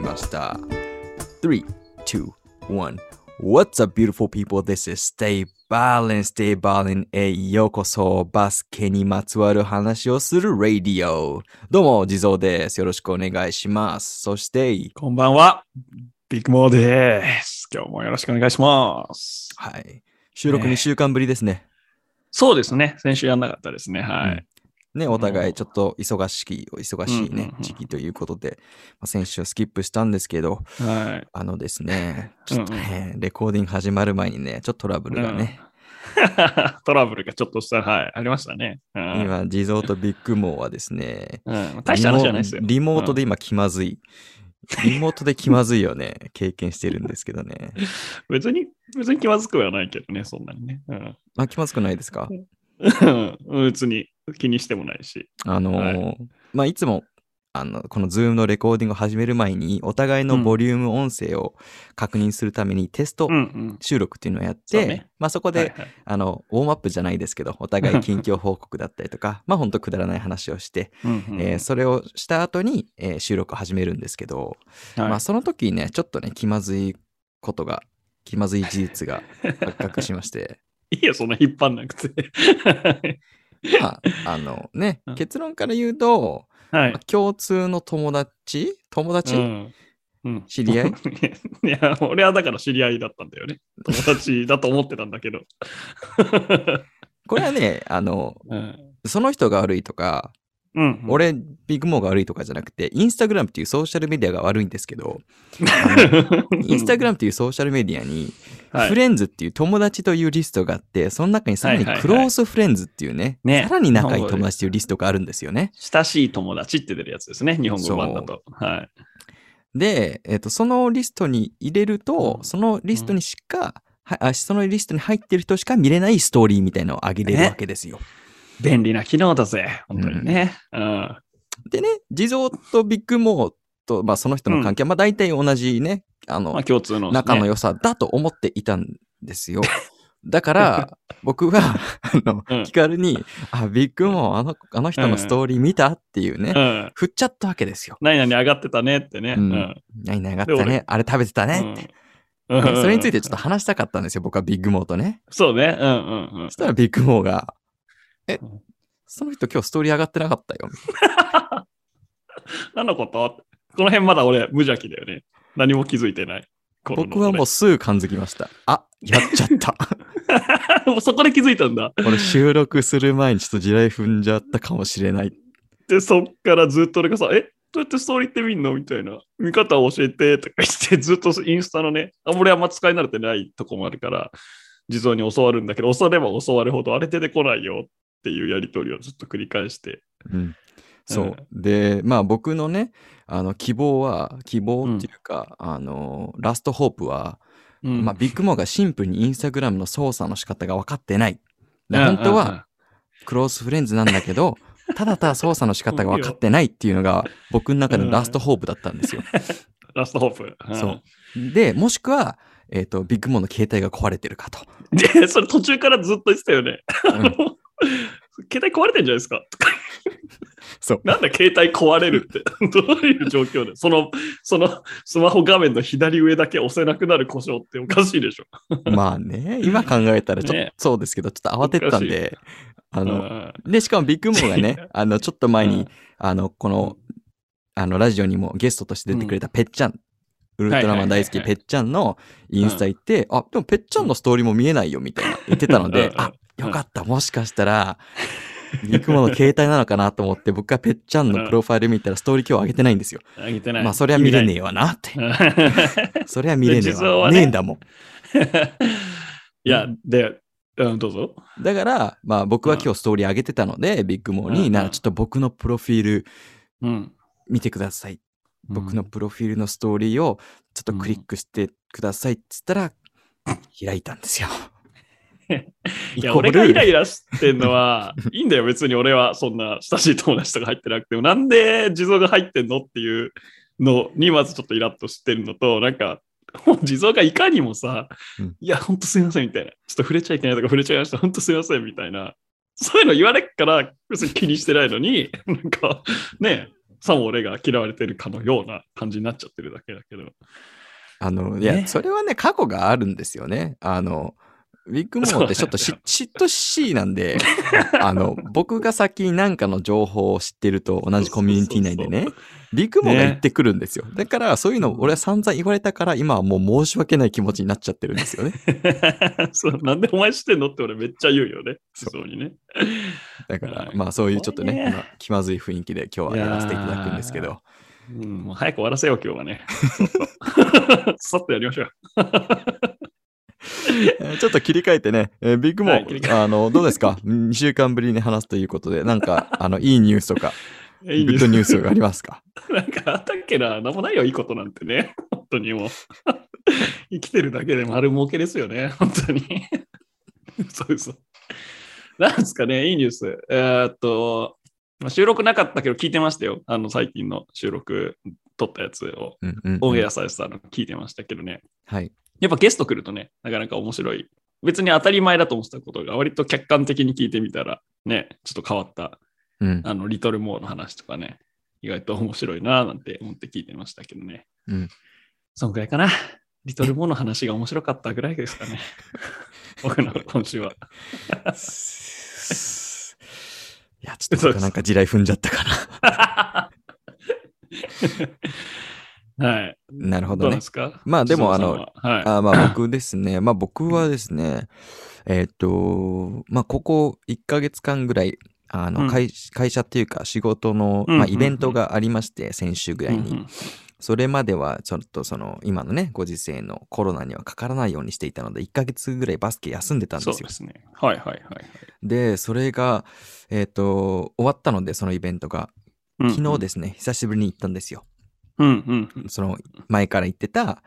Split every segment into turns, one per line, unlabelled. ました。3、2、1。What's up, beautiful people? This is Stay Ballin, Stay Ballin へようこそ。バスケにまつわる話をする Radio。どうも、地蔵です。よろしくお願いします。そして、
こんばんは。ビッグモーです。今日もよろしくお願いします。
はい。収録2週間ぶりですね。
そうですね。先週やんなかったですね。はい。
ね、お互いちょっと忙しい、忙しい
うんうん
ね
う、ん
時期ということで、まあ先週スキップしたんですけど、
はい。
あのですね、ちょっとね、レコーディング始まる前にね、ちょっとトラブルがね、
トラブルがちょっとした、はい。ありましたね。うん。
今、地蔵とビッグモーはですね、
うん、大した話じゃないですよ。
リモリモートで今気まずい。リモートで気まずいよね、経験してるんですけど ね。
うん別に、別に気まずくはないけどね、そんなにね。うん
まあ、気まずくないですか
うん。 別に気にしてもないし。
あのー、
はい
まあ、いつも、あの、この Zoom のレコーディングを始める前に、お互いのボリューム音声を確認するためにテスト
うんうん。
収録っていうのをやって、
そうね
まあそこで、
はいはい
あのウォームアップじゃないですけどお互い近況報告だったりと かまあ本当くだらない話をして、
うんうん
えーそれをした後に、えー収録を始めるんですけど、
はい
まあその時にねちょっとね気まずいことが気まずい事実 が発覚しまして
いいよ、そんな引っ張んなくて。
まああのね
うん
結論から言うと、
はい
まあ。共通の友達友達、
うんうん
知り合い
いや、俺はだから知り合いだったんだよね。友達だと思ってたんだけ ど。
これは ねあの
うん
その人が悪いとか
うん、
俺ビッグモーが悪いとかじゃなくてインスタグラムっていうソーシャルメディアが悪いんですけ どインスタグラムっていうソーシャルメディアに
はい
フレンズっていう友達というリストがあって、その中にさらにクロースフレンズっていうね、
はいはいはいね
さらに仲いい友達というリストがあるんですよね。
親しい友達って出るやつですね、日本語版だと。はい。
で、えっとそのリストに入れると、
うん
そのリストにしか、はあそのリストに入ってる人しか見れないストーリーみたいなのを上げれるわけですよ。
便利な機能だぜ、本当にね。うん。
でね、地蔵とビッグモーと、まあ、その人の関係は、まあ大体同じね、あの、
まあ共通の、ね。
仲の良さだと思っていたんです よ。だから、僕は、あの、
うん
気軽に、あ、ビッグモー、あの、あの人のストーリー見たっていうね
う、ん。
振っちゃったわけですよ。
何々上がってたねってね。
う
うんん。
何々上がったね、あれ食べてたねって。
うん。
ねそれについてちょっと
と。
話したかったんですよ、僕はビッグモーとね。
そうね。うんうんうん
そし。たらビッグモーが、え
うん、
その人今日ストーリー上がってなか ったよ。
何のことこの辺まだ俺、無邪気だよね。何も気づいてない。頃の
僕はもうすぐ感づきました。あ、やっちゃ った。
俺 もうそこで気づいたんだ。
俺収録する前にちょっと地雷踏んじゃったかもしれない。
で、そっからずっと俺がさ、えどうやってストーリーって見んのみたいな。見方を教えてとか言って、ずっとインスタのね、あ俺あんま使い慣れてないとこもあるから、地蔵に教わるんだけど、教われば教わるほどあれ出てこないよっていうやりとりをずっと繰り返して。
うん、そう。で、まあ僕のね、あの希望は、希望っていうか、あの、ラストホープは、
うん
まあビッグモーがシンプルにインスタグラムの操作の仕方が分かってない。で本当は、クロースフレンズなんだけど、ただただ操作の仕方が分かってないっていうのが僕の中のラストホープだったんですよ。
うんラストホープ。うん
そう。で、もしくは、えっ、と、ビッグモーの携帯が壊れてる かと。
で、それ途中からずっと言ってたよね。
ん
あの携帯壊れてんじゃないですかとか
そう。
なんだ携帯壊れるって、 どういう状況で、その、そのスマホ画面の左上だけ押せなくなる故障っておかしいでしょ。
まあね、今考えたらちょっと、
ね
そうですけど、ちょっと慌ててたんで、あ
あ
の、で、しかもビッグモーがね、 あの、ちょっと前に、
うん
あの、この、あの、ラジオにもゲストとして出てくれたぺっちゃん、ウルトラマン大好き
はいはいはいは
ぺっちゃんのインスタ行って、あ、でもぺっちゃんのストーリーも見えないよみたいな言ってたの
う
で
ん、
あ、よかった、もしかしたら、ビッグモーの携帯なのかなと思って、僕がぺっちゃんのプロファイル見たらストーリー今日上げてないんですよ。
あげてない。
まあ、そりゃ見れねえわなって。
意味 ない。
そりゃ見れねえ
実像
わ。
は
ね
ね
えんだもん。
いや、で、うん、どうぞ。
だから、まあ僕は今日ストーリー上げてたので、ビッグモー
うんう
に、
ん
ならちょっと僕のプロフィール
うん。
見てください僕のプロフィールのストーリーをちょっとクリックしてくださいって言ったら、開いたんですよ。
い
イ
や、
コール
俺がイライラしてんのは、 いいんだよ、別に俺はそんな親しい友達とか入ってなくても、なんで地蔵が入ってんのっていうのに、まずちょっとイラッとしてるのと、なんか、 もう地蔵がいかにもさ、
うん
いや、ほんとすいませんみたいな、ちょっと触れちゃいけないとか触れちゃいました、ほんとすいませ んみたいな、そういうの言われっから、別に気にしてないのに、なんか、ねえ、さも俺が嫌われてるかのような感じになっちゃってるだけだけど。
あの、いや、
ね
それはね、過去があるんですよね。あの、ビッグモーってちょっとし嫉妬しいなんで、あの、僕が先に何かの情報を知ってると同じコミュニティ内でね、ビッグモーが言ってくるんですよ。だから、そういうの俺は散々言われたから、今はもう申し訳ない気持ちになっちゃってるんですよね。
そうなんでお前してんのって俺めっちゃ言うよね。
そう
そうにね。
だから、
はい
まあそういうちょっとね、
すごいね
まあ気まずい雰囲気で今日はやらせていただくんですけ
い
ど
や、うん、もう早く終わらせよう、今日は ね。さっとやりましょう。
えーちょっと切り替えてね、えービッグモ
はい切り替
ー、あの、どうですか ?2 週間ぶりに話すということで、なんか、あの、いいニュースと か、
えいい
グ
ん
ッ
です
ドニュースがありますか
なんかあったっけな、なんもないよ、いいことなんてね。本当にもう。生きてるだけで丸儲けですよね、本当に。そうそう。なんですかね、いいニュース。えーっと、まあ、収録なかったけど聞いてましたよ。あの、最近の収録撮ったやつを、
うんうんうん
オンエアされてたの聞いてましたけどね。
はい。
やっぱゲスト来るとね、なかなか面白い。別に当たり前だと思ってたことが、割と客観的に聞いてみたら、ね、ちょっと変わった
うん。
あの、リトルモーの話とかね、意外と面白いなぁなんて思って聞いてましたけどね。
うん。
そんくらいかな。リトルモーの話が面白かったぐらいです かね。僕の今週は。
いや、ちょっと僕なんか地雷踏んじゃったか
はい。
ら。なるほ
ど
ど
うなん
ね
で。すか
まあでも
地蔵さんははい。
あーまあ僕ですね。まあ僕はですね、えーっと、まあここ1ヶ月間ぐらい、あ
うん
の会,、会社っていうか仕事の、
うんうん
まあ、
うん
イベントがありまして、先週ぐらいに、
うんうん
それまではちょっとその今のねご時世のコロナにはかからないようにしていたので1ヶ月ぐらいバスケ休んでたんです
そ
よ
うですね。はいはいはいはい。
でそれがえっ、と終わったのでそのイベントが
うんうん
昨日ですね、久しぶりに行ったんですよ
うんうんうん。
その前から行ってた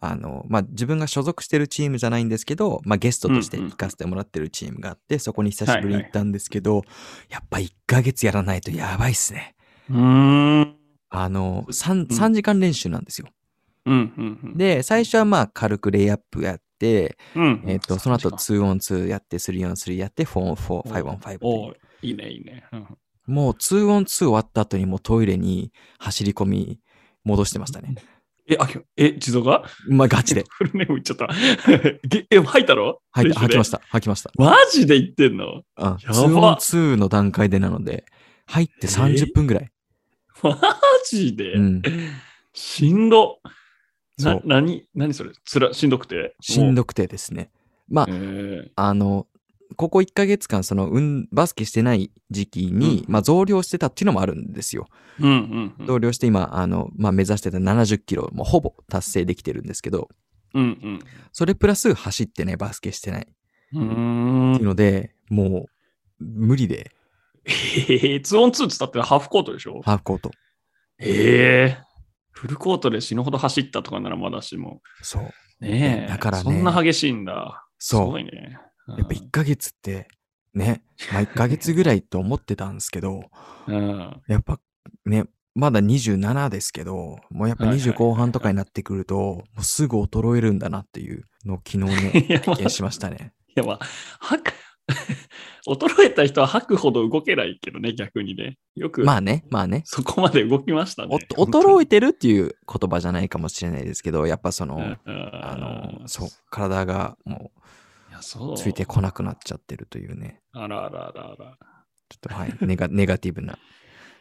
あのまあ自分が所属してるチームじゃないんですけど、まあ、ゲストとして
うんうん
行かせてもらってるチームがあってそこに久しぶりに行ったんですけど、やっぱ1ヶ月やらないとやばいっすね
うーん。
あの 3,
うん
3時間練習なんですよ
うんうんうん。
で最初はまあ軽くレイアップやって、
うん、
えっとその後
確か
2 on 2やって3 on 3やって4 on 4 5 on 5っていう
おーいいねいいね。うん
もう 2on2 終わった後にもうトイレに走り込み戻してました ね。
え、あ、え、地蔵が
まあガ チで。
フルネーム言っちゃった。げえ、吐いたろ
はい、
選手で
吐きました。吐きました。
マジで言ってんの
うん、
ば
2on2 の段階でなので、入って30分ぐらい。
マジで、
うん。
しんど。
そ
な
う、。
何、何それつら、しんどくて。
しん
ど
どくてですね。まあ
え、ー
あの、ここ1ヶ月間、その、うん、バスケしてない時期に、まあ、増量してたっていうのもあるんですよ。
うんうんうん。
増量して今、あの、まあ、目指してた70キロ、もうほぼ達成できてるんですけど、
うん
それプラス走ってね、バスケしてない。
うん。
っ
うー。
ていうんので、もう、無理で、
えー、 ツーオンツーって言ったってハーフコートでしょ
ハーフコート。
ええー。フルコートで死ぬほど走ったとかならまだしも。
そう。
ねえ。
だからね
そんな激しいんだ。す
そ
ご
う。
いね。うん
やっぱ1ヶ月って、ね、まあ1ヶ月ぐらいと思ってたんですけど、
うん。
やっぱね、まだ27ですけど、もうやっぱ
はいはい
20後半とかになってくると、もうすぐ衰えるんだなっていうのを昨日 ね、
いや、ま
経験しました ね。
いやまあ、吐く、 衰えた人は吐くほど動けないけどね、逆にね。よく、
まあね、まあね。
そこまで動きましたね。
お衰えてるっていう言葉じゃないかもしれないですけど、やっぱその、
本当に、
あ
あ
の、そう、体がも
いや、そうう。
ついてこなくなっちゃってるというね。
あらあらあらあら。
ちょっと はい、ネガネガティブな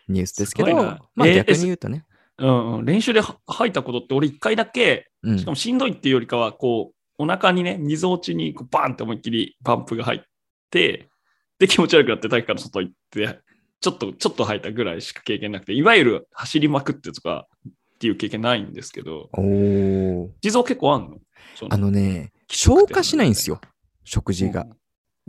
ニュースですけ
す
ど、
ごいな
まあ
えー
逆に言うとね。
うんうん、練習では吐いたことって、俺一回だけ、
うん
しかもしんどいっていうよりかは、こう、お腹にね、溝落ちにこうバーンって思いっきりパンプが入って、で、気持ち悪くなって体育館の外行って、ちょっと、ちょっと吐いたぐらいしか経験なくて、いわゆる走りまくってとかっていう経験ないんですけど、
おー
地蔵結構あんのそ
あのね、消化しないんですよ、食事が。。
うんうんうんうん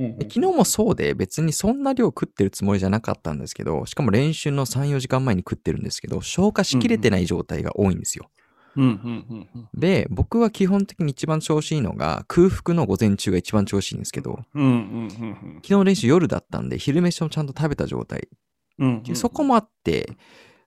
昨日もそうで、別にそんな量食ってるつもりじゃなかったんですけど、しかも練習の3、4時間前に食ってるんですけど、消化しきれてない状態が多いんですよ。
うんうんうん
で、僕は基本的に一番調子いいのが、空腹の午前中が一番調子いいんですけど、
うんうんうん
昨日練習夜だったんで、昼飯もちゃんと食べた状態
うんうんうん
そこもあって、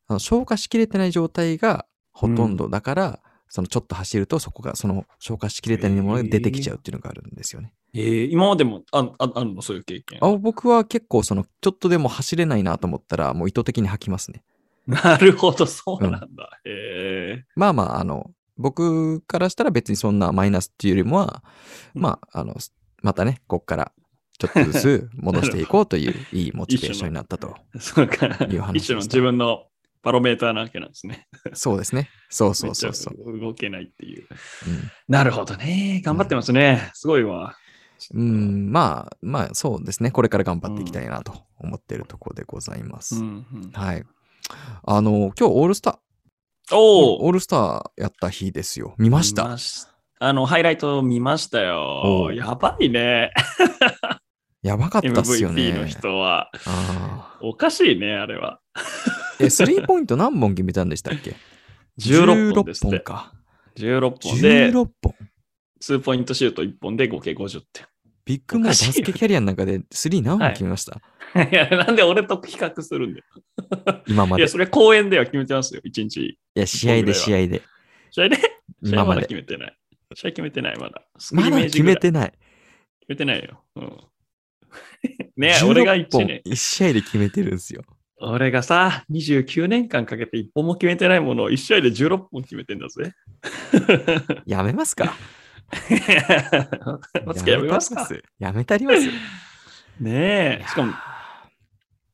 あの消化しきれてない状態がほとんどだから、そのちょっと走るとそこがその消化しきれてないものが出てきちゃうっていうのがあるんですよね。
えー今までもあんああるのそういう経験。
あ僕は結構そのちょっとでも走れないなと思ったらもう意図的に吐きますね。
なるほど、そうなんだ。へえ。
まあまあ、あの、僕からしたら別にそんなマイナスっていうよりもは、
うん
まあ、あの、またね、こっからちょっとず つ戻していこうといういいモチベーションになったと。
そうか
いう話。でした
一種の自分のバロメーターなわけなんですね。
そうですね。そうそうそうそう。
めっちゃ動けないっていう。
うん
なるほどね。頑張ってますね。すごいわ。
うん、まあ、まあ、そうですね。これから頑張っていきたいなと思ってるところでございま
う
す。
んうん、
はい。あの、今日オールスター、
お
オ
お
ールスターやった日ですよ。見ました。
あの、ハイライト見ましたよ
お。う
やばいね。
やばかったっすよ
MVP の
ね。
人は。
あ
おかしいね、あれは。
ーえ、スリーポイント何本決めたんでしたっ け
16本ですっ
16本
て。
か。
16本で、
16本。
2ポイントシュート1本で合計50点。
ビッグモーバスケキャリアの中で3何本決めました、
いや、なんで俺と比較するんだよ。
今ま
い
で。い
や、
や、
それ公演では決めてますよ、1日。
試合で試合で。
試合で試
今
合ま
ま
だ
で
決。めてない。試合決めてない、まだ。
まだ決め
決
てない。
めてないよ。うん ね
16
俺が1
本
年、
1試合で決めてるんですよ。
俺がさ、29年間かけて1本も決めてないものを1試合で16本決めてんだ ぜ。
やめます か
マツケやめますか
やめたりますやめたります。
ねえ、しかも、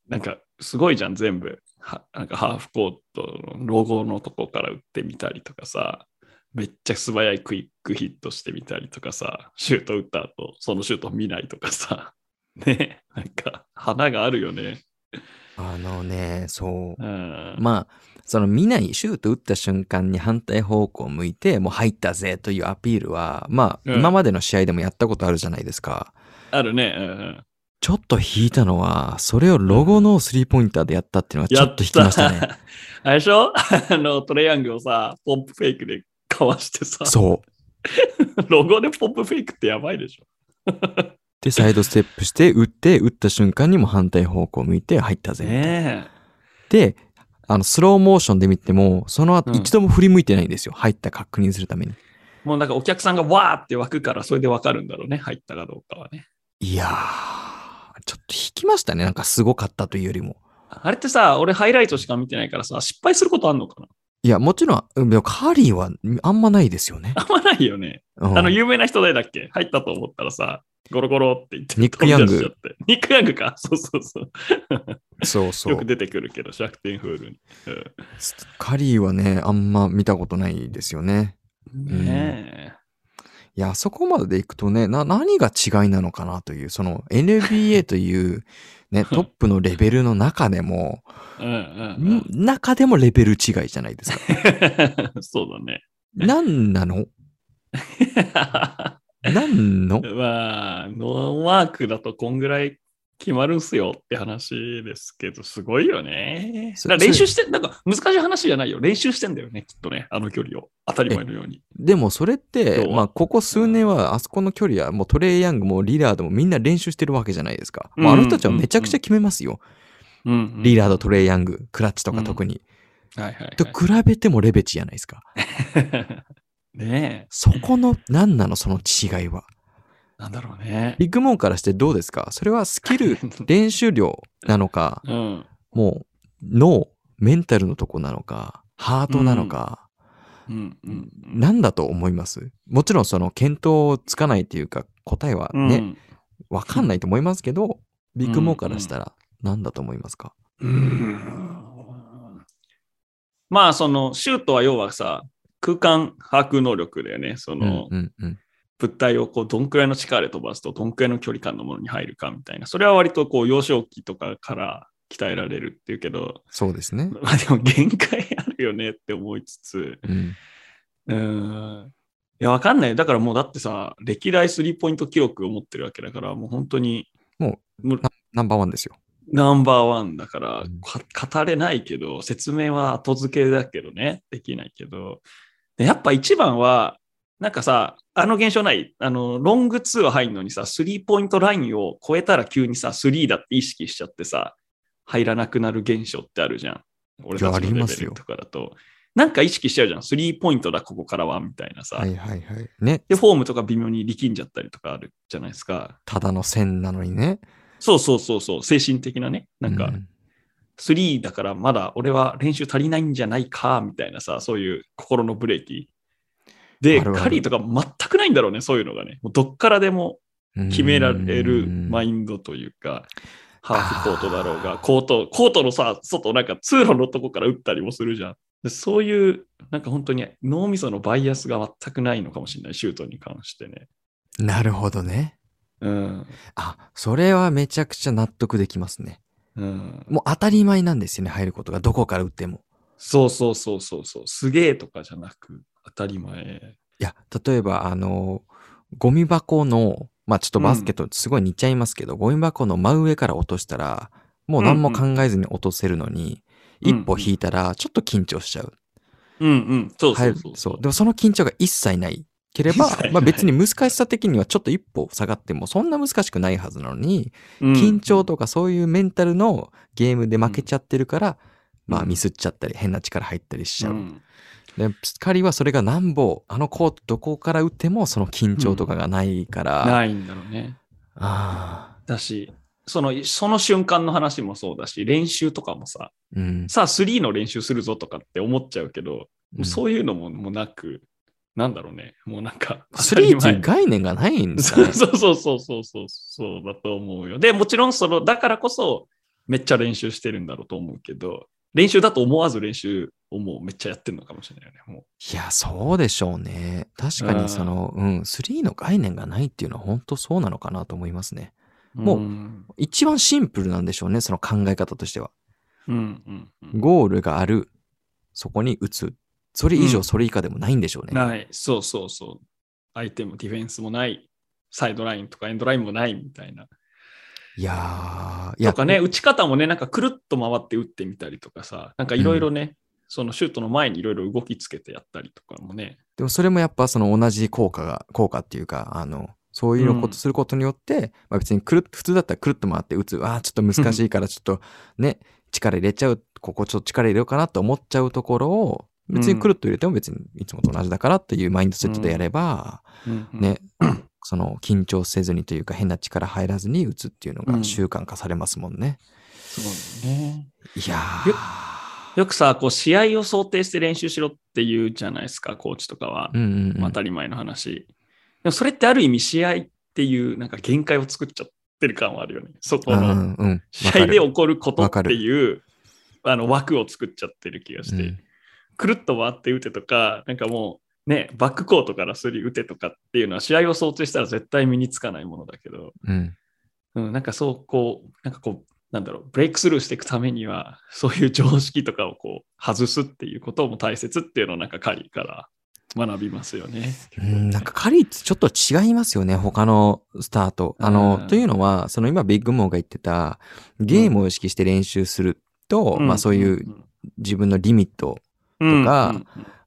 なんかすごいじゃん、全部。はなんかハーフコートのロゴのとこから打ってみたりとかさ、めっちゃ素早いクイックヒットしてみたりとかさ、シュート打った後、そのシュート見ないとかさ、ねえ、なんか花があるよね。
あのね、そう
う。ん。
まあ、その見ない、シュート打った瞬間に反対方向を向いて、もう入ったぜというアピールは、まあ、
うん
今までの試合でもやったことあるじゃないですか。
あるね。うんうん
ちょっと引いたのは、それをロゴのスリーポインターでやったっていうのはちょっと引きました
や
ね。
っ。 あれでしょあの、トレイヤングをさ、ポンプフェイクでかわしてさ、
そう。
ロゴでポンプフェイクってやばいでしょ。
で、サイドステップして、打って、打った瞬間にも反対方向を向いて入ったぜ。
ね
で、あの、スローモーションで見ても、その後
うん
一度も振り向いてないんですよ。入った確認するために。
え。もうなんかお客さんがわーって湧くから、それでわかるんだろうね、入ったかどうかはね。
いやー、ちょっと引きましたね。なんかすごかったというよりも。
あれってさ、俺ハイライトしか見てないからさ、失敗することあんのかない
や、もちろんうん、でもカーリーはあんまないですよね。
あんまないよね。
うん
あの、有名な人誰だっけ入ったと思ったらさ、ゴロゴロって言って。
ニックヤング
飛び出しちゃって。ニックヤングか。そうそうそう。
そうそ
よ
う
く。出てくるけど、弱点フールに。うん
カーリーはね、あんま見たことないですよね。
ね
いや、そこまででいくとね、な、何が違いなのかなという、その NBA という、 ね、トップのレベルの中でも、
え。うん うんうん
ん中でもレベル違いじゃないです か。
そうだね。
何なの何の
まあ、ノーマークだとこんぐらい決まるんすよって話ですけど、すごいよね。
そ
だから練習して、なんか難しい話じゃないよ。練習してんだよね、きっとね。あの距離を。当たり前のように。
でもそれって
今、日は
まあ、ここ数年は、あそこの距離は、もうトレイヤングもリラードもみんな練習してるわけじゃないですか。まあ、あ
うん
の人たちはめちゃくちゃ決めますよ。
うんうん
リラード、トレイヤング、クラッチとか特に。
はいはい、
と比べてもレベチじゃないですか。
はい。 ね
そこの、何なの、その違いは。
え、なんだろうね。
ビッグモンからしてどうですかそれはスキル、練習量なのか、
うん。
もう、脳、メンタルのとこなのか、ハートなのか、
うんうんうん。
何だと思いますもちろんその見当つかないというか答えはね、わかんないと思いますけど、ビッグモーからしたら何だと思いますか、
うん。うん。まあ、その、シュートは要はさ、空間把握能力だよね。そ
うん、
の、
うんうん
物体をこうどんくらいの力で飛ばすとどんくらいの距離感のものに入るかみたいなそれは割とこう幼少期とかから鍛えられるっていうけど、
そうですね。
まあ、でも限界あるよねって思いつつ
うん、
うーんいやわかんないだからもうだってさ歴代スリーポイント記録を持ってるわけだからもう本当に
も
もう
ナンバーワンですよ。
ナンバーワンだから
うん
か語れないけど説明は後付けだけどねできないけどでやっぱ一番はなんかさあの現象ないあのロングツー入るのにさスリーポイントラインを超えたら急にさスリーだって意識しちゃってさ入らなくなる現象ってあるじゃん俺たち
いやあ
の
り
レ
ま
ベ
すよ
ルとかだとなんか意識しちゃうじゃんスリーポイントだここからはみたいなさ、
はいはいはい。ね。
でフォームとか微妙に力んじゃったりとかあるじゃないですか
ただの線なのにね。
そうそうそうそう精神的なねなんか、
うん
3だからまだ俺は練習足りないんじゃないか、みたいなさ、そういう心のブレーキ。で、
あるある
カリーとか全くないんだろうね、そういうのがね。もうどっからでも決められるマ
イ
インドというか、ハーフコートだろうが、コート、コートのさ、外なんか通路のとこから打ったりもするじゃん。でそういう、なんか本当に脳みそのバイアスが全くないのかもしれない、シュートに関してね。
なるほどね。
うん。
あ、それはめちゃくちゃ納得できますね。
うん、
もう当たり前なんですよね、入ることが。どこから打っても。
そうそうそうそうそう、すげえとかじゃなく、当たり前。
いや、例えば、あの、ゴミ箱の、まあちょっとバスケとすごい似ちゃいますけど、ゴミ箱の真上から落としたら、もう何も考えずに落とせるのに、
うんうん
一歩引いたらちょっと緊張しちゃう。
うんうん、そうそ
入
う
る
そう。
でもその緊張が一切ないければ
一切ない、
まあ別に難しさ的にはちょっと一歩下がってもそんな難しくないはずなのに、
うん
緊張とかそういうメンタルのゲームで負けちゃってるから、
うん
まあミスっちゃったり変な力入ったりしちゃう。
うん
でカリはそれが何ぼあのコートどこから打ってもその緊張とかがないから、あ
ないんだろうね。
あ
だし、その、その瞬間の話もそうだし、練習とかもさ、
ーうん
さあ、3の練習するぞとかって思っちゃうけど、もうそういうのももうなく、なんだろうね、もうなんか、
スリーっていう
当た
概念がないん
り前。
ですかね
そうそうそうそうそう、そうだと思うよ。で、もちろんその、だからこそ、めっちゃ練習してるんだろうと思うけど、練習だと思わず練習をもうめっちゃやってるのかもしれないよね、も
いや、そうでしょうね。確かにその、うん、スリーの概念がないっていうのは本当そうなのかなと思いますね。
う。、
もうん一番シンプルなんでしょうね、その考え方としては。
うん、うんうん。
ゴールがある、そこに打つ。それ以
うん
上、それ以下でもないんでしょうね。
ない、そうそうそう。相手もディフェンスもない、サイドラインとかエンドラインもないみたいな。
いやー、いや
とかね、打ち方もね、なんかくるっと回って打ってみたりとかさ、なんかいろいろね、そのシュートの前にいろいろ動きつけてやったりとかもね。
でもそれもやっぱその同じ効果が、効果っていうか、あの、そういうのこ
うん
とすることによって、まあ別にくるっ普通だったらくるっと回って打つ、ああ、ちょっと難しいからちょっとね、力入れちゃう、ここちょっと力入れようかなと思っちゃうところを、別にくるっと入れても別にいつもと同じだからっていうマインドセットでやれば、ね、その緊張せずにというか変な力入らずに打つっていうの
うん
が習慣化されますもんね。
そうだよね。
いや
よ
ー。
よくさ、こう試合を想定して練習しろって言うじゃないですか、コーチとかは。
うんうんうん
まあ当たり前の話。でもそれってある意味試合っていうなんか限界を作っちゃってる感はあるよね。そこ
うんう
の
んうん。
試合で
わ
起こること
わ
っ
か
て
る
いうあの枠を作っちゃってる気が
か
し
る
て。くるっと回って打てとか、なんかもうね、バックコートからスリー打てとかっていうのは試合を想定したら絶対身につかないものだけど、
うんうん
うん、なんかそうこう、なんかこう、なんだろう、ブレイクスルーしていくためには、そういう常識とかをこう外すっていうことも大切っていうのをなんかカリーから学びますよね。
うん、なんかカリーってちょっと違いますよね、他のスタート。あ
う
の
ん、
というのは、その今ビッグモーが言ってた、ゲームを意識して練習すると、まあそういう自分のリミット、
と
か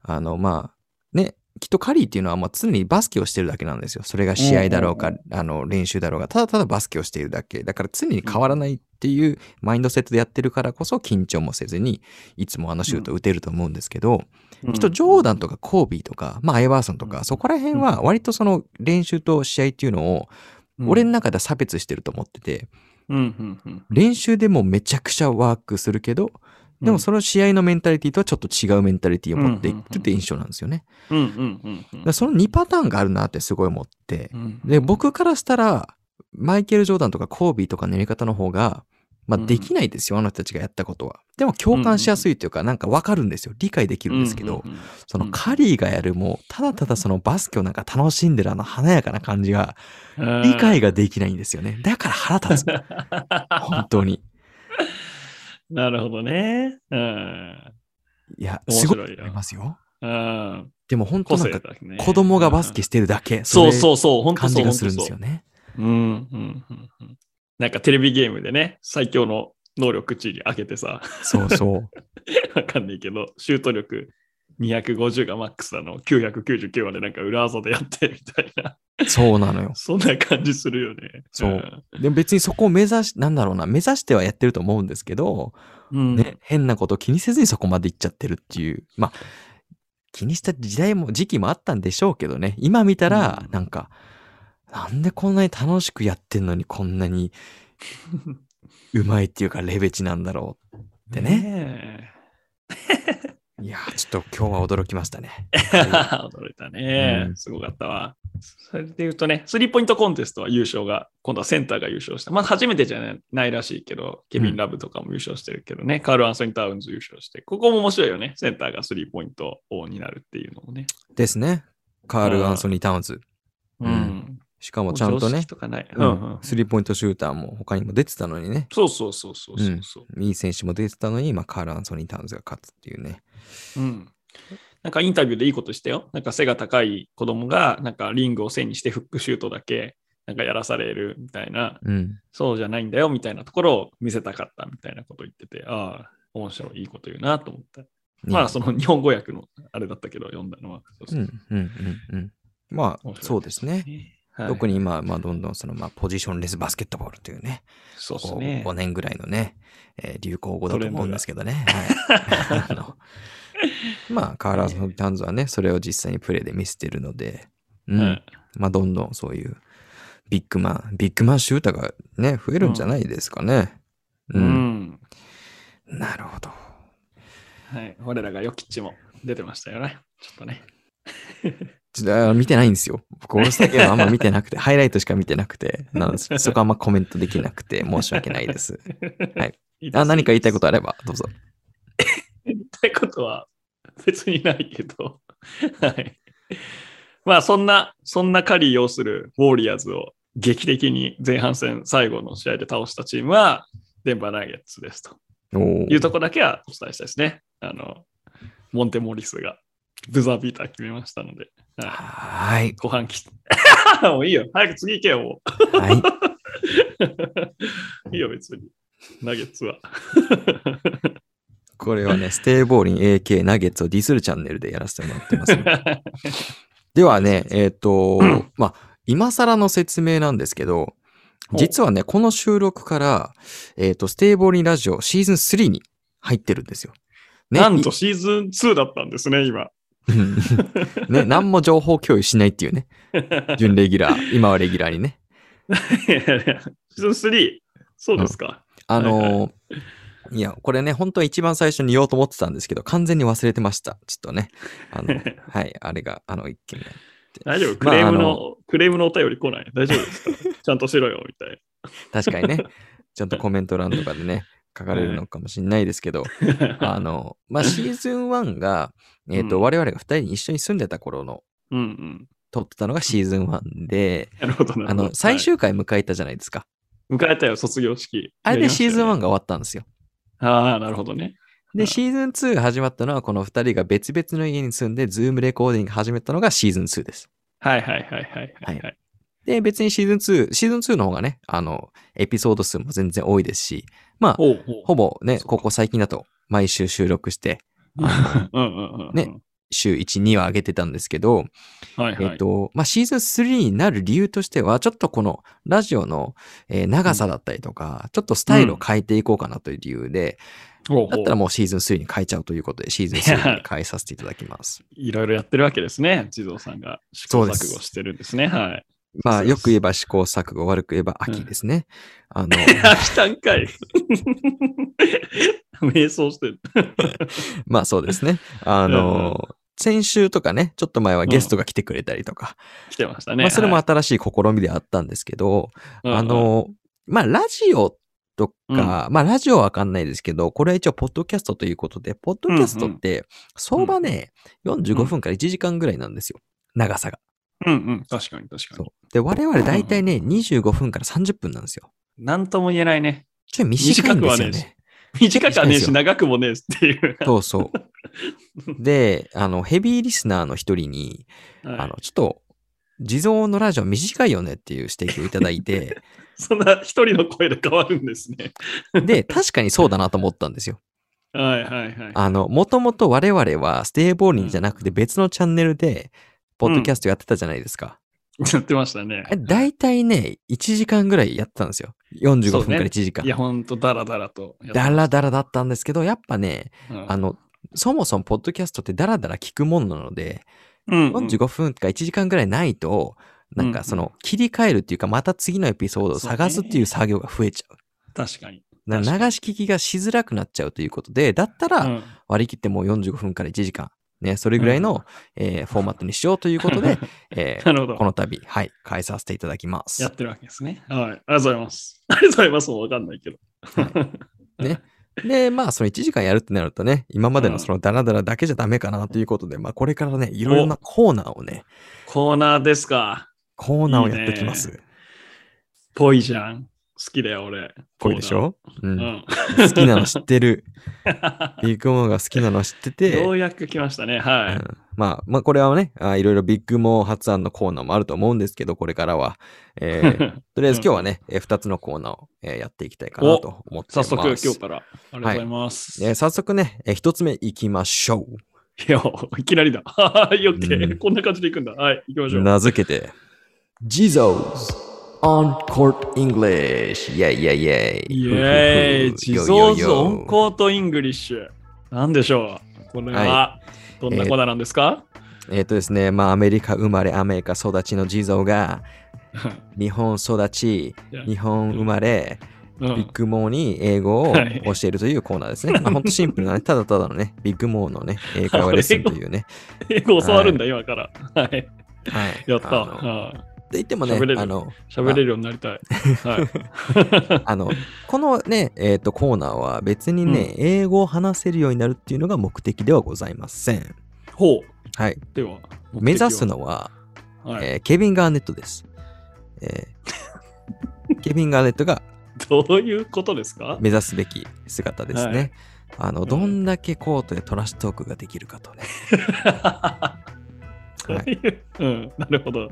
あの、まあ、ね、きっとカリーっていうのはまあ常にバスケをしてるだけなんですよ。それが試合だろうか、
うん
あの、練習だろうが、ただただバスケをしているだけ。だから常に変わらないっていうマインドセットでやってるからこそ緊張もせずに、いつもあのシュート打てると思うんですけど、きっとジョーダンとかコービーとか、まあ、アイバーソンと
う
か、
ん
そこら辺は割とその練習と試合っていうのを、俺の中では差別してると思ってて、練習でもめちゃくちゃワークするけど、でもその試合のメンタリティとはちょっと違うメンタリティを持っていってるって印象なんですよね。
うんうんうんう
だ
ん
からその2パターンがあるなってすごい思って
う、ん
で、僕からしたら、マイケル・ジョーダンとかコービーとかのやり方の方が、ま
うん
あできないですよ、あの人たちがやったことは。でも共感しやすいというか、なんかわかるんですよ。理解できるんですけど
う、んうんうん
そうの
ん
カリーがやるもう、ただただそのバスケをなんか楽しんでるあの華やかな感じが、理解ができないんですよね。だから腹立つ。 本当に。
なるほどね。うん。
いや、
面
すごい
白いよ
思いますよ。
うん。
でも本
個
当な
性
んか
だね。
子供がバスケしてるだけ。。
そうそううそう、本当
感
そ
じ
う。
がするんですよ
本
ね。
当そう。うんうんうんうん。なんかテレビゲームでね、最強の能力値に開けてさ、
そうそう。
わかんないけど、シュート力250がマックスなの、999までなんか裏技でやってみたいな、
そうなのよ。
そんな感じするよね。
そうでも別にそこを目指し、なんだろうな、目指してはやってると思うんですけど、
うん。
ね、変なこと気にせずにそこまで行っちゃってるっていう。まあ、気にした時代も、時期もあったんでしょうけどね。今見たら
う、ん
なんか、なんでこんなに楽しくやってんのにこんなにうまいっていうかレベチなんだろうでね。
ね
いやー、ちょっと今日は驚きました ね。
え。驚いたね、
うん
すごかったわ。それで言うとね、スリーポイントコンテストは優勝が、今度はセンターが優勝した。まあ初めてじゃないないらしいけど、ケビン・ラブとかも優勝してるけどね、カール・アンソニー・タウンズ優勝して、ここも面白いよね。センターがスリーポイント王になるっていうのもね。
ですね。カー
うん
ル・アンソニー・タウンズ。
う
うんん。しかもちゃんと
常
ね
識、とかない。う
うん
うん
んスリーポイントシューターも他にも出てたのにね。
そうそうそうそうそうそう。
いい選手も出てたのに、まあ、カール・アンソニー・タウンズが勝つっていうね。
うんなんかインタビューでいいことしたよ。なんか背が高い子供が、なんかリングを背にしてフックシュートだけ、なんかやらされるみたいな、
うん。
そうじゃないんだよみたいなところを見せたかったみたいなこと言ってて、ああ、面白い、いいこと言うなと思った。
ね
まあ、その日本語訳のあれだったけど、読んだのは。
う
そうそうん
うんうんうん。まあ
面白い、
そうですね。
はい
特に今、まあ、どんどんその、まあ、ポジションレスバスケットボールというね、
そうです
こう
ね
5。年ぐらいのね、えー流行語だと思うんですけどね。はい
ドが
あのまあ、カーラーソン・タウンズはね、それを実際にプレーで見せてるので、うん
はい
まあ、どんどんそういうビッグマン、ビッグマンシューターがね、増えるんじゃないですかね。う。
うんん。
なるほど。
はい。我らがヨキッチも出てましたよね。ちょっとね。
ちょっとあ見てないんですよ。僕、オールスターゲームあんま見てなくて、 ハイライトしか見てなくて、なん ですそこはあんまコメントできなくて、申し訳ないです。はい
いいです。
あ何か言いたいことあ
は
れば、どうぞ。
言いたいことは別にないけど。 はい。まあ、そんな、そんなカリー擁するウォーリアーズを劇的に前半戦最後の試合で倒したチームは、デンバーナゲッツですと
おー
いうところだけはお伝えしたいですね。あの、モンテモリスがブザービーター決めましたので、はい
はーい。
後半き もういいよ。早く次行けよ、もう。
はい。
いいよ、別に。ナゲッツは。
これはね、ステイボーリン AK ナゲッツをディスるチャンネルでやらせてもらってます。ではね、えっ、 と、まあ、今更の説明なんですけど、
ほう
実はね、この収録から、えっ、と、ステイボーリンラジオシーズン3に入ってるんですよ。ね
なんとシーズン2だったんですね、今。
うんね、何も情報共有しないっていうね。準レギュラー、今はレギュラーにね。
いやいやいやシーズン3、そうですか。
あのー
はい
いや、これね、本当は一番最初に言おうと思ってたんですけど、完全に忘れてました。ちょっとね。あ の、はい、あれが、あの、一件目。
大丈夫ク
まあ
レームの、
あ
クレームのお便り来ない。大丈夫ですかちゃんとしろよ、みたい
確かにね、ちゃんとコメント欄とかでね、書かれるのかもしれないですけど、
な。
あの、まあ、シーズン1が、えっ、と、
うん
我々が2人に一緒に住んでた頃の、
うんうん。
撮ってたのがシーズン1で、
なるほどなるほど。
あ
は
の、
い
最終回迎えたじゃないですか。
迎えたよ、卒業式。
あれでシーズン1が
ン。
終わったんですよ。
ああ、なるほどね。う
で、
ん
シーズン2が始まったのは、この2人が別々の家に住んで、ズームレコーディング始めたのがシーズン2です。
はいはいはいはいはい、はい。
で、別にシーズン2、シーズン2の方がね、あの、エピソード数も全然多いですし、まあ、
ほうほう。
ほぼね、
そうか
ここ最近だと毎週収録して、
うんうんうん。
ね。週1、2は上げてたんですけど、
はいはい。
えっと、まあ、シーズン3になる理由としては、ちょっとこのラジオの、えー長さだったりとか、ちょっとスタイルを変えていこうかなという理由で、
ほうほう
だったらもうシーズン3に変えちゃうということで、シーズン3に変えさせていただきます。
いろいろやってるわけですね。児童さんが試行
そ
錯
う
誤
です
してるんですね。はい。
まあ、
そうです
よく言えば試行錯誤、悪く言えば秋ですね。 あの、
したんかい。 瞑想してる。
まあそうですね。あの、先週とかね、ちょっと前はゲストが来てくれたりとか、
来てましたね。
まあそれも
はい
新しい試みであったんですけど、
うんうん
あの、まあ、ラジオとか、まあ、ラジオはわかんないですけど、これは一応、ポッドキャストということで、ポッドキャストって、相場ね、45分から1時間ぐらいなんですよ。長さが。
うんうん、確かに確か
そ
に
う。。で、我々大体ね、25分から30分なんですよ。
なんとも言えないね。
ちょい短いんですよ
短くは
ね。
短くはねえし、
短
長くもねえしっていう。
そうそう。で、あの、ヘビーリスナーの一人に、
はい
あの、ちょっと、地蔵のラジオ短いよねっていう指摘をいただい て、
そんな一人の声で変わるんですね。
で、確かにそうだなと思ったんですよ。
はいはいはい。
あの、もともと我々はステイボーリンじゃなくて別のチャンネルで、ポッドキャストやってたじゃないですか。
やってましたね
あ。れ大体ね、1時間ぐらいやってたんですよ。45
そう
分
ね
から1時間。
いや、ほんと、だらだらとやってま
ダ
し
ラダラだったんですけど、やっぱね、
た。うん
あの、そもそもポッドキャストってダラダラ聞くものなので、
うんうん
45分か1時間ぐらいないと、なん
うん
かその切り替えるっていうか、また次のエピソードを探すっていう作業が増えちゃう。
確かに。
な流
確かに
し聞きがしづらくなっちゃうということで、だったら
うん
割り切ってもう45分から1時間、ね、それぐらいの、えーフォーマットにしようということ で、えー
なるほど
こ。の度、はい、変えさせていただきま
や
す
っ。てるわけですね。はい。ありがとうございます。 ありがとうございます。もうわかんないけど。
で、まあ、その1時間やるってなるとね、今まで
う
の
ん
そのダラダラだけじゃダメかなということで、まあ、これからね、いろいろなコーナーをね、
コーナーですか。
コーナーをやってきます。
いぽいじゃん。好きだよ、俺。
ぽいでしょ、う
コー
ん
ナー
好きなの知ってる。ビッグモーが好きなのは知って
うん。
て、
ようやく来ましたね。
う
はい。
んまあ、まあ、これはね、あいろいろビッグモー発案のコーナーもあると思うんですけど、これからは。え ーとりあえず今日はね、え2つのコーナーを、えーやっていきたいかなと思って
早
ます。
速、今日から。ありがとうございます。
えー早速ね、え1つ目いきましょ
いや、いきなりだ。 はい、よっけ
うん
こんな感じでいくんだ。はい、行きましょ
う。
う。
名付けて、Jesus on Court English! イェイイェイイェイ
イェーイ、地蔵図オン
ー
コートイングリッシュ。なんでしょうこれは、どんなコーナーなんですか、
えっ、とですね、まあアメリカ生まれ、アメリカ育ちの地蔵が、日本育ち、日本生まれ、
う
ビッ
ん、
グモーに英語を教
はい
えるというコーナーです ね。まあ、ほんとシンプルなね、ただただのね、ビッグモーのね、英会話レッスンというね。
英語教わるんだ、今から。はい。
はい、
やった。
あのって
は
言ってもね
喋れ、る
あの、
い喋れるようにな りたい。はい。
あのこのね、えっとコーナーは別にね、英語を話せるようになるっていうのが目的ではございません。
ほう。
はい、
では、
目指す
の。
のは、
はい
えーケビン・ガーネットです。えー ケビン・ガーネットが
どういうことですか
目指すべき姿ですね。あのどんだけコートでトラッシュトークができるか とね。
どう いううん、なるほど。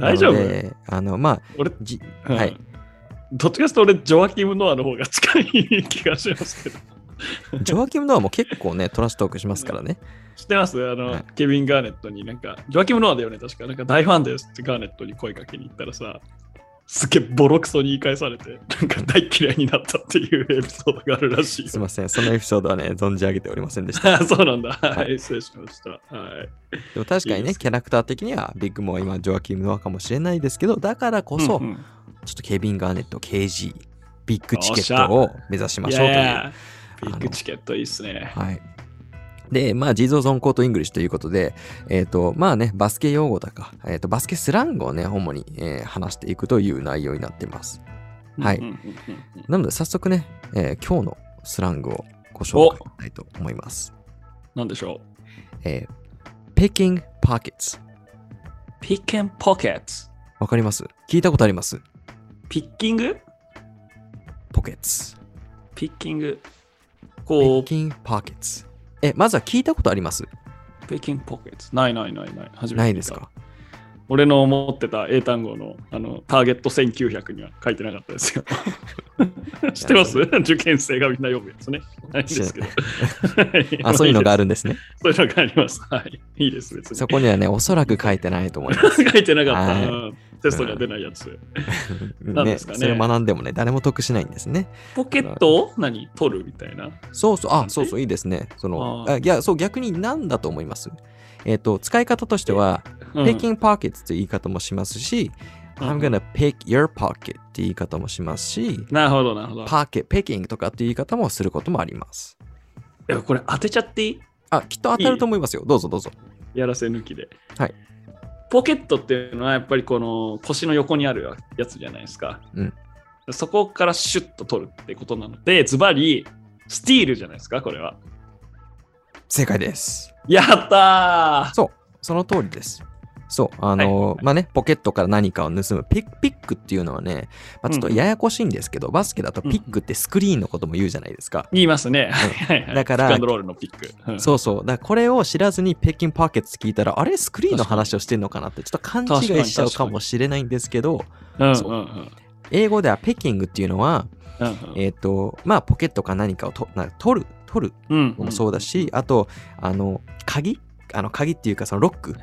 大丈夫
なのであのまあ
俺、
じ
うん
はい。
どっちかというと俺、ジョアキム・ノアの方が近い気がしますけど。
ジョアキム・ノアも結構 ねトラッシュトークしますからね。
知ってますあの、
はい
ケビン・ガーネットになんか、ジョアキム・ノアだよね、確か。なんか大ファンですってガーネットに声かけに行ったらさ、すげえボロクソに言い返されて、なんか大嫌いになったっていうエピソードがあるらしいよ。
すいません、そのエピソードはね存じ上げておりませんで した。
あそうなんだ。
は
はいい、失礼しました。はい。
でも確かに
いいで
ね、
す
キャラクター的にはビッグモーは今、ジョアキム・ノアかもしれないですけど、だからこそ、
んん
ちょっとケビン・ガーネット、KG、ビッグチケットを目指しましょうという。
いやいや
という
ビッグチケットいいっすね。
はい。で、まあ、ジーゾーゾンコート・イングリッシュということで、えっ、と、まあね、バスケ用語とか、えっ、と、バスケスラングをね、主に、えー話していくという内容になっています。はい
うんうんうんうん
なので、早速ね、えー今日のスラングをご紹介したいと思います。
なんでしょう
えー、picking pockets。
ピッケンポケット。
わかります聞いたことあります
ピッキング
ポケッツ。
ピッキング。
ピ
こ
ッ
う、
キングポケッツ。え、まずは聞いたことあります
ピッキングポケット。ないないないない。初めて聞た
ないですか
俺の思ってた英単語のあのターゲット1900には書いてなかったで すよ。知ってます
い
受験生がみんな読むやつね。ないんですけど。
あ、そういうのがあ
る。
るんですね。
そういうのがあります。はい。いいです、別に。
そこにはね、おそらく書いてないと思います。
書いてなかった、
はい
うんテストには出ないやつ。 なん
ね、
ですかね
それを学んでもね、誰も得しないんですね。
ポケットを何取るみたいな。
そうそう、あ、そうそう、いいですね。その、
あー
あいや、そう、逆に何だと思いますえっ、と、使い方としては、
うん
picking pockets という言い方もしますし、
うん
I'm gonna pick your pocket っていう言い方もしますし、
なるほど、なるほど。
pocket picking とかっていう言い方もすることもあります。
でもこれ当てちゃっていい
あ、きっと当たると思いますよ。どうぞどうぞ。
やらせ抜きで。
はい。
ポケットっていうのはやっぱりこの腰の横にあるやつじゃないですか。
うん
そこからシュッと取るってことなので、ズバリ、スティールじゃないですか、これは。
正解です。
やった
そう、その通りです。そう、あの、まあね、ポケットから何かを盗む、ピックピックっていうのはね、まあ、ちょっとややこしいんですけど、バスケだとピックってスクリーンのことも言うじゃないですか。
ー言いますね。はいはい
だから
スカンドロールのピック。うん
そうそう、だからこれを知らずに北京パーケット聞いたら、あれ、スクリーンの話をしてるのかなって、ちょっと勘違いしちゃうかもしれないんですけど、
うんうん
そう
うんうん
英語ではペッキングっていうのは、
うん
えっ、と、まあ、ポケットか何かをとな取る、取る
うん
のもそうだし、あと、あの、鍵あの鍵っていうか、そのロック、
うん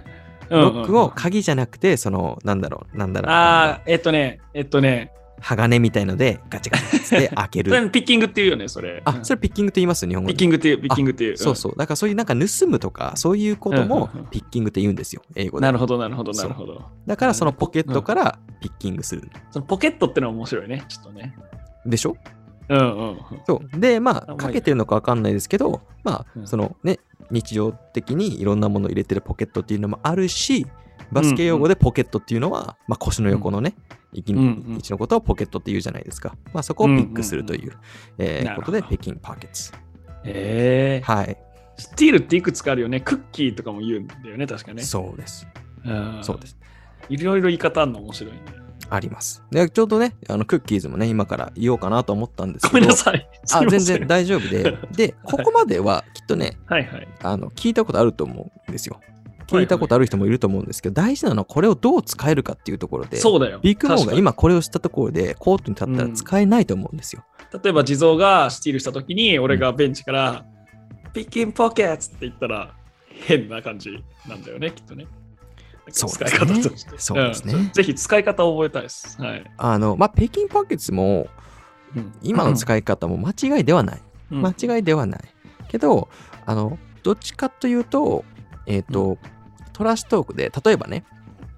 ロ
うん
ックを鍵じゃなくて、その、なんだろう、なんだろう、
ああ、えっとね、えっとね、
鋼みたいのでガチガチっつ って開け
それ
る。
ピッキングっていうよね、それ。
あ、それピッキングと言います、日本語
ピ
で。
ッキングっていう、ピッキングっていう。
そうそう。だからそういうなんか盗むとか、そういうことも
うんうんうん
ピッキングって言うんですよ、英語
な
で。
るほど、なるほど、なるほど。
だからそのポケットからピッキングする。
そのポケットってのは面白いね、ちょっとね。
でしょ
うんうん。
そうでま
あま
あ
あ
かけてるのかわかんないですけどま
う
あ
ん
そのね日常的にいろんなものを入れてるポケットっていうのもあるしバスケ用語でポケットっていうのは、まあ、腰の横のね、息
うんうん
位置のことをポケットっていうじゃないですか、まあ、そこをピックするという、えー
なる
こ
ほ
と
ど
で北京パーケッツ
ええ
はい、
スティールっていくつかあるよね。クッキーとかも言うんだよね、確かね。
そうです
うん
そうです
いろいろ言い方あるの面白いね。
ありますでちょうどねあのクッキーズもね今から言おうかなと思ったんですけど
ごめんなさい。すい
あ
ません
全然。大丈夫 ででここまではきっとね
はいはい。
あの聞いたことあると思うんですよ。聞いたことある人もいると思うんですけど、大事なのはこれをどう使えるかっていうところで、
そうだよ。
ビッグモー
確
が
かに
今これをしたところでコートに立ったら使えないと思うんですよ。
例えば地蔵がスティールしたときに、俺がベンチから、ピッキンポケッツって言ったら、変な感じなんだよね、きっとね。
そう
使
で
い
す
方
ね
として。
そうですね
んぜひ使い方を覚えたいです。はい。
あの、まあ、北京パーケッツも今の
い、
使い方も間違いではない。
うん
間違いではない。けど、あの、どっちかというと、えっ、と、トラッシュトークで、例えばね、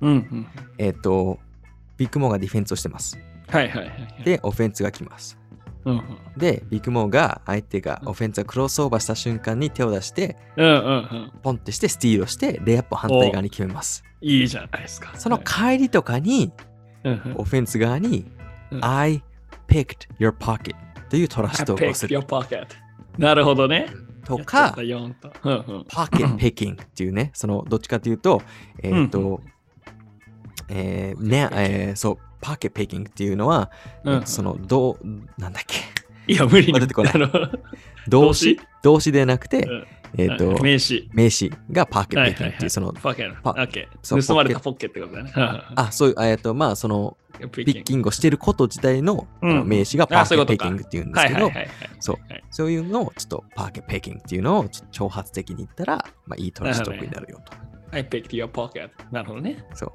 うんうん。
えっ、と、ビッグモーがディフェンスをしてます。
はいはいはい。、
で、オフェンスが来ます。
うんうん
で、ビッグモーが相手がオフェンスがクロスオーバーした瞬間に手を出して、
うんうんうん。
ポンってしてスティールをしてレイアップを反対側に決めます
いいじゃないですか。
その
はい
帰りとかに
うんうん
オフェンス側に
う
I picked your pocket というトラッシュトーク
I
をす
picked
る
your pocket なるほどね。
と
やっちゃっ
か
たよんとうんうん
pocket picking っていうねそのどっちかというとえっ、
うんう
と、えーねえーそう pocket picking っていうのは、
うんうん
そのどうなんだっけ
いや、無理に。
出てこない
あの
動
詞
詞動詞でなくて、
うん
えっ、と、
名詞。
名詞が pocket
は
picking っ
いはい
ていう、
はい。
その
パケット。
パ
オッケ
そう
ー盗まれたポッケってことだね。
あそういうえっ、とまあそのピ
ピ
ッキングをしてること自体の,、
うん
名詞がパーケ
あそういう
ー
こ
ペ
と
ッ
か
キングっていうんです
はい
け
はいはい
ど
はい。
そう
はい
そういうのをちょっとパーケーペッキングっていうのをちょっと挑発的に言ったら、まあ、いいトラストークになるよと。
I picked your pocket。なるほどね。
そう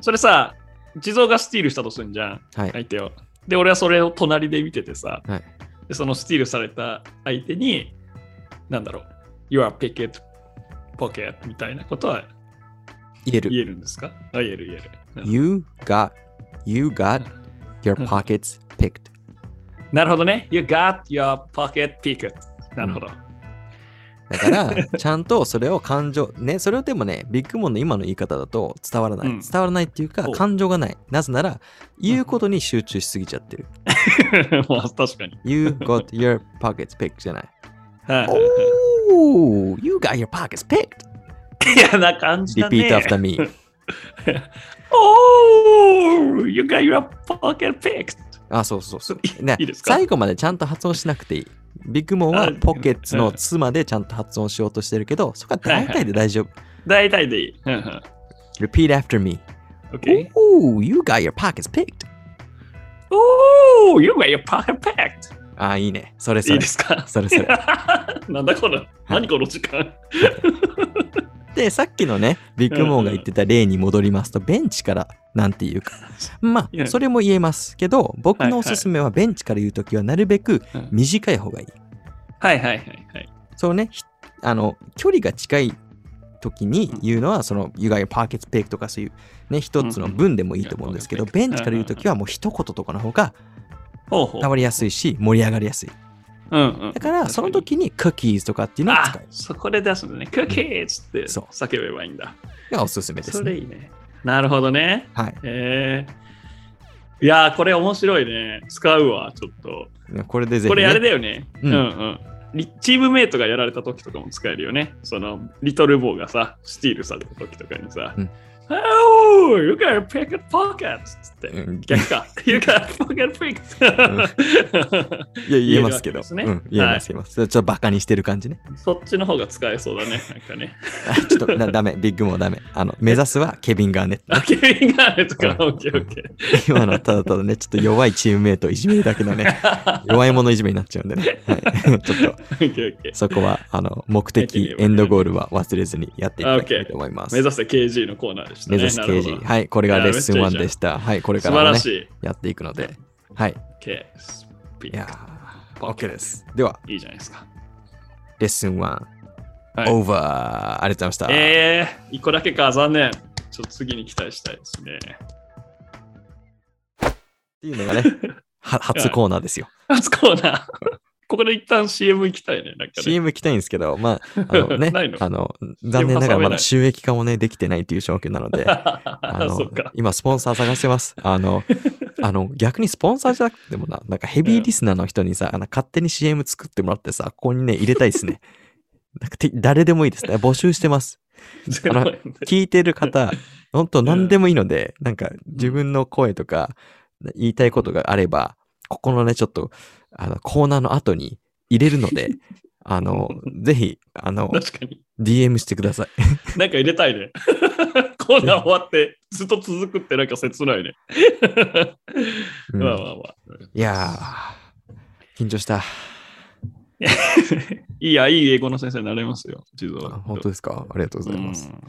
それさ、地蔵がスティールしたとするんじゃん。
はい、
相手を。で、俺はそれを隣で見ててさ、
はい
でそのスティールされた相手に、なんだろう、You are picket pocket みたいなことは
入れる。
言えるんですかあ言える言える。うん
You got, you got your pockets picked.
なるほどね。You got your pocket picket. なるほど。
だ から、ちゃんとそれを感情、ね、それをでもね、ビッグモンの今の言い方だと伝わらない。
うん
伝わらないっていうか
そ、う
感情がない。なぜなら、言うことに集中しすぎちゃってる。
まあ確かに。
You got your pockets picked じゃ ない。
はいはいは
Oh, you got your pockets picked.
い嫌な感じだね。
Repeat after me.
Oh, you got your pocket picked.
あ、そうそうそう。ね
いいですか
最後までちゃんと発音しなくていい。ビッグモン
あ
はポケッツの「つ」までちゃんと発音しようとしてるけど、そこは大体で大丈夫。
大体でいい。うんうん
Repeat after me.
OK。
Ooh, you got your pockets picked.
Oh, you got your pocket picked.
あ、いいね。それそ
いい
れ
で。すか
それそれ
なんだこの何この時間
で、さっきのね、ビッグモンが言ってた例に戻りますと、ベンチからなんて言うか。ま
い
あ、
や
それも言えますけど、僕
はいは
の
い
おすすめはベンチから言うときはなるべく
うん
短い方がいい。
はいはいはいはい。
そうね、ひあの、距離が近い時に言うのは、その、ゆがやパーケツペイクとかそういう、ね、一つの文でもいいと思うんですけど、
うん
ベンチから言う時はもう一言とかの方が
ほうほう
伝。わりやすいし、盛り上がりやすい。
うんうん、
だから、その時にクッキーズとかっていうのを使
あ
うの
そこで出すんだね。クッキーズって
そう
叫べばいいんだ。
がおすすめで
そ
す
れ
ね。
いいね。なるほどね。
はい。
えー、いやー、これ面白いね。使うわ、ちょっと。
ねこれでぜ
こ
ひ、
れあれ
ね。
だよね。う
うんん
うん。リチームメイトがやられた時とかも使えるよね。その、リトルボーがさ、スティールされた時とかにさ、
うん
Oh, you got a picket pocket! つって。
うん
逆か。you got a pocket picket!
いや言えますけど。
言えるわけですね
うん、言えます、言えます。ちょっとバカにしてる感じね。
そっちの方が使えそうだね。なんかね。
あちょっとなダメ、ビッグもダメ。あの、目指すはケビン・ガーネット。
あ、ケビンガーネットか。
うん
OK、OK。
今のはただただね、ちょっと弱いチームメイトをいじめるだけの ね、弱い者いじめになっちゃうんでね。はい、 ちょっと。
OK、OK。
そこはあの目的、エンドゴールは忘れずにやっていただきたいと思います。
目指せ KG のコーナーでした
目
ね。
指す刑事。
なるほど
はい、これがレッスン
いやめっち
1
ゃい
で
い
した。はい、これ
素
か
晴
らも
ら
ね
し、い。
やっていくので。はい、
OK。
いやー、
OK
OK です。では、
いいじゃないですか。
レッスン1、
はい
over。ありがとうございました。
えー、一個だけか、残念。ちょっと次に期待したいですね。
っていうのがね、 は初コーナーですよ。
初コーナー。 ここで一旦 CM 行きたいね。なんか ね。
CM 行きたいんですけど、まあ、あのね
ない、の
あの、残念ながらまだ収益化もね、できてないという状況なので、あ
あ
の
そっか。
今、スポンサー探してます。あ の、あの逆にスポンサーじゃなくてもな、なんかヘビーリスナーの人にさ、あの勝手に CM 作ってもらってさ、ここにね、入れたいです ね。なんかて誰でもいいですね。募集してます。
ゼロ円で。
聞いてる方、本当何でもいいので、なんか自分の声とか言いたいことがあれば、ここのね、ちょっと、あの、コーナーの後に入れるの で、あの、ぜひ、あの、
確かに。
DM してください。
なんか入れたいね。 コーナー終わって、ずっと続くってなんか切ないね。
うん
まあまあまあ。
いやー、緊張した。
いいや、いい英語の先生になれますよ。地蔵
あ本当ですかありがとうございます。
うん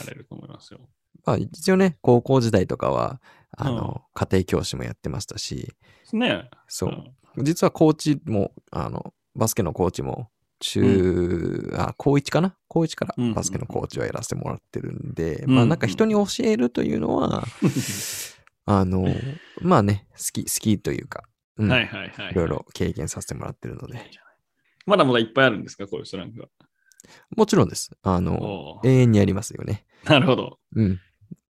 なれると思いますよ。
まあ、一応ね、高校時代とかは、あの、
うん
家庭教師もやってましたし、
ね
そうう。
ん
実はコーチも、あの、バスケのコーチも、中、あ、高1かな高1から
うんうんうん
バスケのコーチはやらせてもらってるんで、
うん
まあなんか人に教えるというの は、あの、まあね、好き、好きというか、うん
はいはいはい。
いろいろ経験させてもらってるので、
まだまだいっぱいあるんですか、こういうスラングは。
もちろんです。あの、
おー
永遠にありますよね。
なるほど。
うん。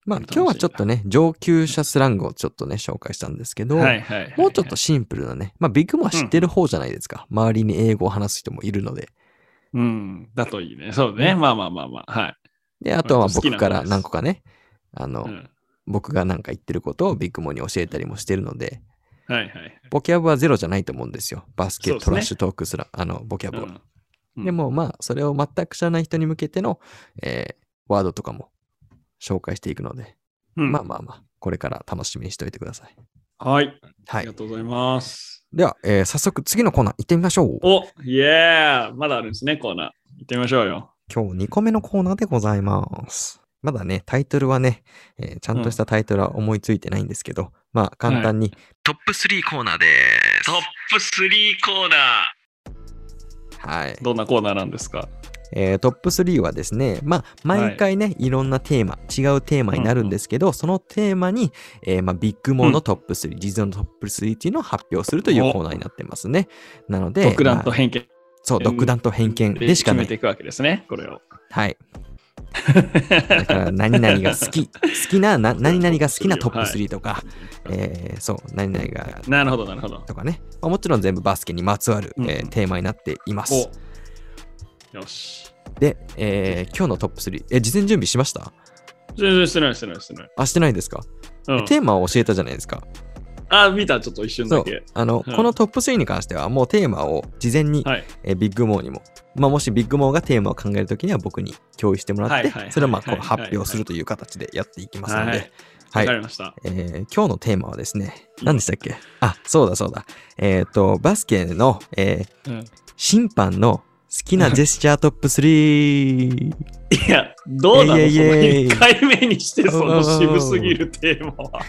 まあ
楽しいな
今日はちょっとね、上級者スラングをちょっとね、紹介したんですけど、
はいはいはい。
もうちょっと、シンプルなね、まあビッグモア知ってる方じゃないですか。周りに英語を話す人もいるので。
うん、だといいね。そうね。まあまあまあまあ。はい。
で、あとは
割と好き
僕
な
から
方です
何個かね、あの、
うん
僕が何か言ってることをビッグモアに教えたりもしてるので、
はいはいはい。
ボキャブはゼロじゃないと思うんですよ。バスケ、
そうです
ト
ね
ラッシュトークすら、あの、ボキャブは。
うん
で、もまあ、それを全く知らない人に向けての、えーワードとかも紹介していくので、
うん
まあまあまあ、これから楽しみにしておいてください。
はい。あ
は
り
い
が。とうございます。
では、えー早速次のコーナー行ってみましょう。
お、イエーまだあるんですね、コーナー。行ってみましょうよ。
今日2個目のコーナーでございます。まだね、タイトルはね、えーちゃんとしたタイトルは思いついてないんですけど、まあ簡単に、トップ3コーナーで
トップ3コーナ
す。はい
ー。。どんなコーナーなんですか
えートップ3はですね、まあ毎回ね、い、ろんなテーマ、違うテーマになるんですけど、そのテーマに、えーまあ、ビッグモーのトップ3、事前のトップ3っていうのを発表するという
お
コーナーになってますね。なので、
独断と
まあ
偏見
そう、独断と偏見でしかな
決め
い
て。いくわけですね、これを。
はい。だから何々が好 き、好きなな、何々が好きなトップ3とか、えーそう、何々が
なるほど、なるほど。
とかね、まあ、もちろん全部バスケにまつわる、
うん
えーテーマになっています。
およし。
で、えー今日のトップ3、え、事前準備しました
全然してない、してない、してない。
あ、してないですか、
うん
テーマを教えたじゃないですか。
あ、見た、ちょっと一瞬
そ
だ
う
け。、
あの、
うん
このトップ3に関しては、もうテーマを事前に、
はい。
えービッグモーにも、まあ、もしビッグモーがテーマを考えるときには僕に共有してもらっ
はい
て
はいはい、
それをまあこ
は
う
い
発表するという形でやっていきますの
は
で
い。。
は
わ
い
かりました。
えー今日のテーマはですね、何でしたっけあ、そうだそうだ。えっ、と、バスケの、えー
うん
審判の好きなジェスチャートップ3。
いや、どうなのその
いやいやいや
1回目にして、その渋すぎるテーマは。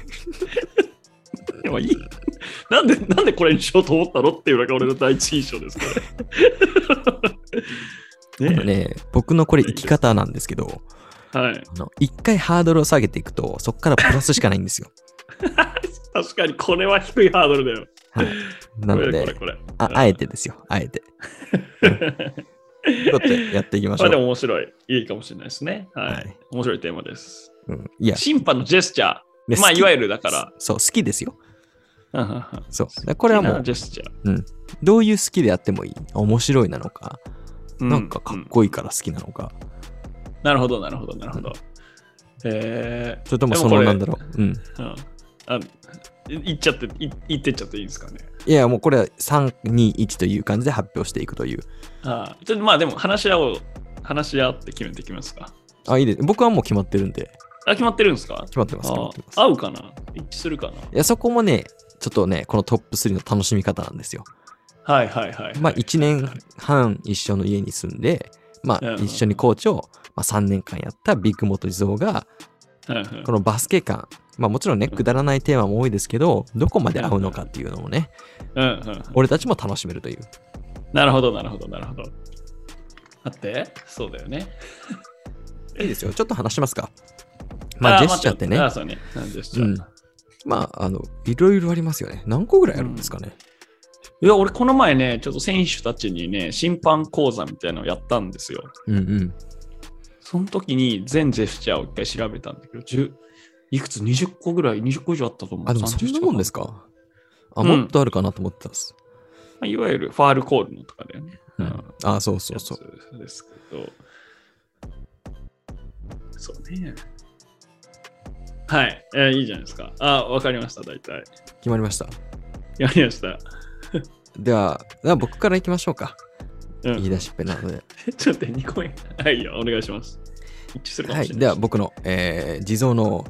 で もいい。なんで、なんでこれにしようと思ったのっていうのが俺の第一印象です、これ。ね
ね、僕のこれ生き方なんですけど、
はい。
あの一回ハードルを下げていくと、そこからプラスしかないんです よ。
確かにこれは低いハードルだよ。
はい、なの
これこ
で
れこれ。
あ、あえてですよ、あえて。ということでやっていきまし
ま
ょ
あで
う。
も面白い。いいかもしれないですね。はい。
はい
面白いテーマです。
うん、いや、
審判のジェスチャ
で
ー。まあ、
好き
いわゆるだか
そう、好きですよ。
ら。
そう。だからこれはも
好きな
う、
ジェスチャー。
どういう好きでやってもいい面白いなのか、
う
なんかかっこいいから好きなのか、
なるほど、なるほど、なるほど。え
それとも
で
そ
もこ
の
れ
なんだろう。うん。
ー、うん。あいっちゃって、い言ってっちゃっていいですかね。
いや、もうこれは3、2、1という感じで発表していくという。
あーちょっとまあでも話し合おう、話し合って決めていきますか。
あ、いいです。僕はもう決まってるんで、
あ、決まってるんですか
決まってます、決ま
あ
ってます。
合うかな一致するかない
や、そこもね、ちょっとね、このトップ3の楽しみ方なんですよ。
はいはいはい、はい。
まあ、1年半一緒の家に住んで、まあ、
うん
一緒にコーチを、まあ、3年間やったビッグモト地蔵が、
はいはい
このバスケ感、まあ、もちろんね、くだらないテーマも多いですけど、どこまで合うのかっていうのもね、
うんうん、
俺たちも楽しめるという。
なるほど、なるほど、なるほど。待って、そうだよね。
いいですよ。ちょっと話しますか。まあ、ジェスチャーってね
あ、待ってあそうね。うんジェスチャ
う
ー。
んまあ、あの、いろいろありますよね。何個ぐらいあるんですかね。
いや、俺この前ね、ちょっと選手たちにね、審判講座みたいなのをやったんですよ。
うんうん。
その時に全ジェスチャーを一回調べたんだけど、10いくつ ?20 個ぐらい、20個以上あったと思う。
あ、でもそんなもんですすか。あ、
うん
もっとあるかなと思ってたんです。
まあいわゆるファールコールのとかだよね。
うん
うん
あ、そうそうそう。
う。ですけど。そうね。はい、えーいいじゃないですか。あ、わかりました、大体。
決まりました。
やりました。
では、では僕から行きましょうか。
うん
言い出しっぺなので。
ちょっと2個目。はいよ、お願いします。一致するか
は
も
い。
しれ
で
な
は
い。
僕の、えー、地蔵の好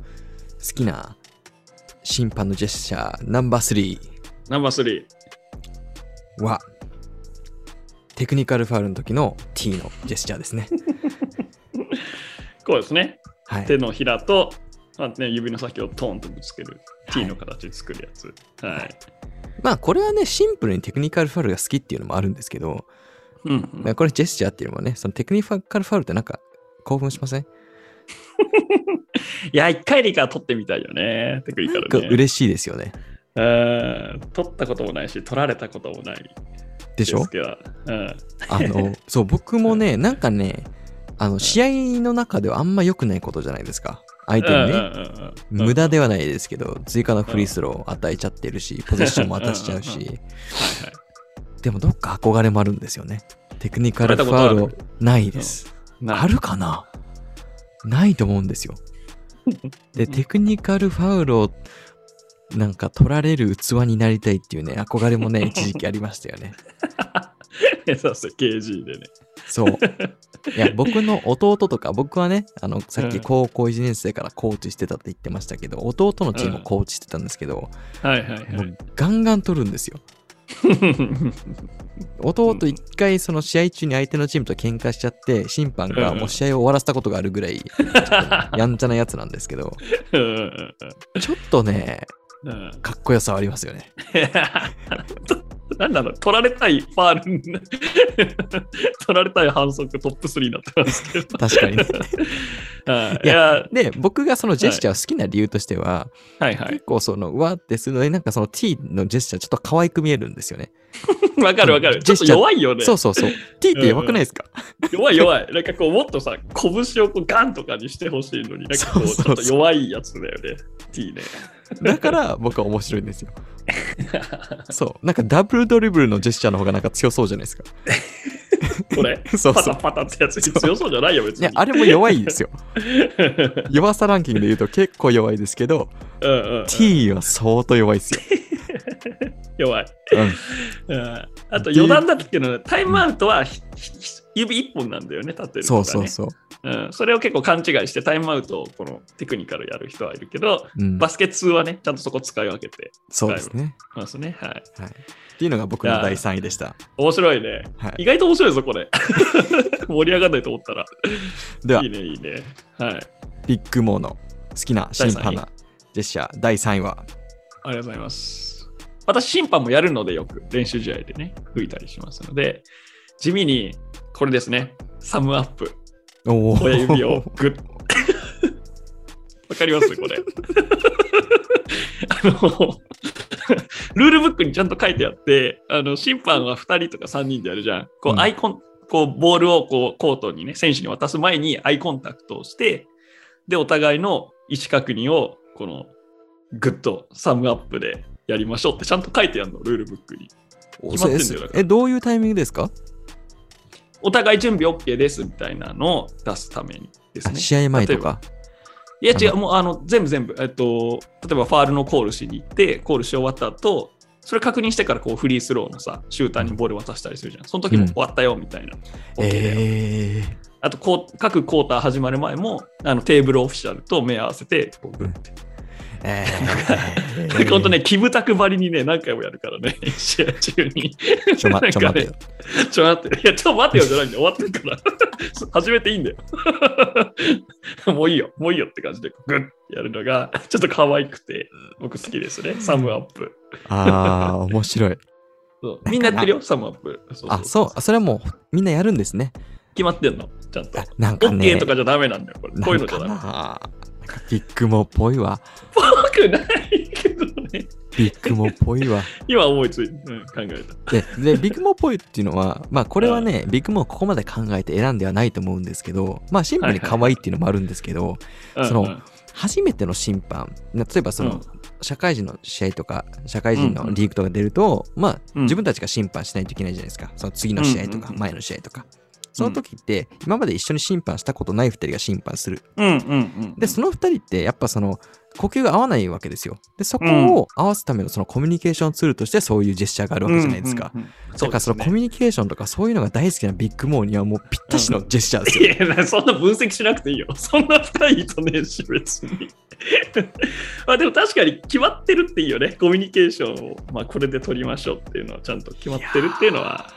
きな審判のジェスチャーナンバー
ナンバー3。
3は、テクニカルファウルの時の T のジェスチャーです ね。
こうですね。
はい。
手のひらと、まあね、指の先をトーンとぶつける。
はい
T の形作るやつ。はい。
まあこれはね、シンプルにテクニカルファウルが好きっていうのもあるんですけど、
うんうん
これジェスチャーっていうのもね、そのテクニカルファウルってなんか興奮しません
いや、一回でいいから取ってみたいよね。テクニカ
なんか
ルね。
嬉しいですよね。
うん取ったこともないし、取られたこともない
でしょ
すけどうん。
あ の、そう、僕もね、なんかね、あの、試合の中ではあんま良くないことじゃないですか。相手にね、
うんうんうんうん
無駄ではないですけど、追加のフリースローを与えちゃってるし、ポゼッションも渡しちゃう
うんうん
し、
はいはい
でもどっか憧れもあるんですよね。テクニカルファウルを
取られたこ
ないです。
な
あるかなないと思うん ですよ。で、テクニカルファウルをなんか取られる器になりたいっていうね、憧れも ね、一時期ありましたよね。
目指せ KG でね。
そう。いや、僕の弟とか、僕はね、あの、さっ
う
き
ん
高校1年生からコーチしてたって言ってましたけど、弟のチームをコーチしてたんですけど、
はいはい
も
は
うガンガン取るんですよ。
い。
弟
うん
一回、その試合中に相手のチームと喧嘩しちゃって、審判が
うん
もう試合を終わらせたことがあるぐらい、やんちゃなやつなんですけど、
うんうん
ちょっとね、
うんうん
かっこよさはありますよね。
なんだろう、取られたいファール、取られたい反則トップ3になってますけ ど。
確 かにね。
は
い
いいや、
で、僕がそのジェスチャーを好きな理由としては、
はいはい
結。構その、うわーってするので、なんかその T のジェスチャーちょっと可愛く見えるんですよね。
わかるわかる。ちょっと弱いよね
そ。うそうそう。T ってやばくないですか
弱い弱い。なんかこう、もっとさ、拳をこうガンとかにしてほしいのに、なんかこう、
そうそうそう
ちょっと弱いやつだよね。T ね。
だから僕は面白いんですよ。そう。なんかダブルドリブルのジェスチャーの方がなんか強そうじゃないですか。
これ。
そう
パ
そ
タ
う。
パタってやつ強そうじゃないよ、別に。
ね、あれも弱い ですよ。弱さランキングで言うと結構弱いですけど、
うんうんうん
T は相当弱いですよ。
弱い。
うん
うんあと余談だったけど、タイムアウトはひひひ指一本なんだよね、立って る
そ
の
う
が
そう
ね。
そう。
うんそれを結構勘違いしてタイムアウトをこのテクニカルやる人はいるけど、
うん
バ、スケ2はね、ちゃんとそこ使い分けて
そうですね。
ますね。はい。
はい。っていうのが僕の第3位でした。
面白いね。
はい
意、外と面白いぞ、これ。 盛り上がんないと思ったら。
ではい
い、ね、いいね。はい。
ビッグモーの好きな審判なジェスチャー第3位は、
ありがとうございます。私、審判もやるのでよく練習試合でね、吹いたりしますので、地味にこれですね、サムアップ、
おー
親 指をグッ。わかりますこれ。あの、ルールブックにちゃんと書いてあって、あの審判は2人とか3人でやるじゃん。こ
う
うんアイコン、こうボールをこうコートにね、選手に渡す前にアイコンタクトをして、で、お互いの意思確認を、この、グッとサムアップでやりましょうってちゃんと書いてあるの、ルールブックに。
お
決ま
そう
ってんだよ
です
だから
え、どういうタイミングですか、
お互い準備 OK ですみたいなのを出すためにです
あ
ね。
試合前とか。
いや
あの
違う、もうあの全部全部、えっと、例えばファールのコールしに行って、コールし終わった後、それ確認してからこうフリースローのさ、シューターにボール渡したりするじゃん。その時
う
も
ん
終わったよみたいな。OK だよ
えー、
あとこう、各クォーター始まる前も、あのテーブルオフィシャルと目合わせて、こうグッて。
え
これ
ー、
本当ね、キムタクばりにね、何回もやるからね、 試合中に。
ちょ、ま、ちょ待てよ。
ちょっと待って。いや、ちょっと待ってよじゃないんだよ。終わってるから。 始めていいんだよ。 もういいよ。もういいよって感じで、グッてやるのが、ちょっと可愛くて、僕好きですね。サムアップ。
ああ、面白い。
そうみんなやってるよ、サムアップ。そう
あ、そう、あそれはもうみんなやるんですね。
決まってんの、ちゃんと
あ。なんかね、
OK とかじゃダメなんだよ、これ。こういうのじゃダメ。
なんかななんかビッグモっぽいわ。
ぽくないけことね。
ビッグモっぽいわ。
今思いつい、うん、考えた。
ででビッグモっぽいっていうのはまあこれはねビッグモをここまで考えて選んではないと思うんですけどまあシンプルに可愛いっていうのもあるんですけど、
うん
その
うん
初めての審判な例えばその、
うん
社会人の試合とか社会人のリーグとか出ると、まあ、
うん
自分たちが審判しないといけないじゃないですかその次の試合と
うんうん
か
うん
前の試合とか。その時って今まで一緒に審判したことない2人が審判する
うんうんうん。
でその2人ってやっぱその呼吸が合わないわけですよでそこを合わすためのそのコミュニケーションツールとしてそういうジェスチャーがあるわけじゃないですか、
うんうんう
だ
ん。
からそのコミュニケーションとかそういうのが大好きなビッグモーにはもうぴったしのジェスチャーですよ、
いや、そんな分析しなくていいよ。そんな深いとねえし、別に。 まあでも確かに決まってるっていいよね。コミュニケーションを、まあ、これで取りましょうっていうのは、ちゃんと決まってるっていうのは、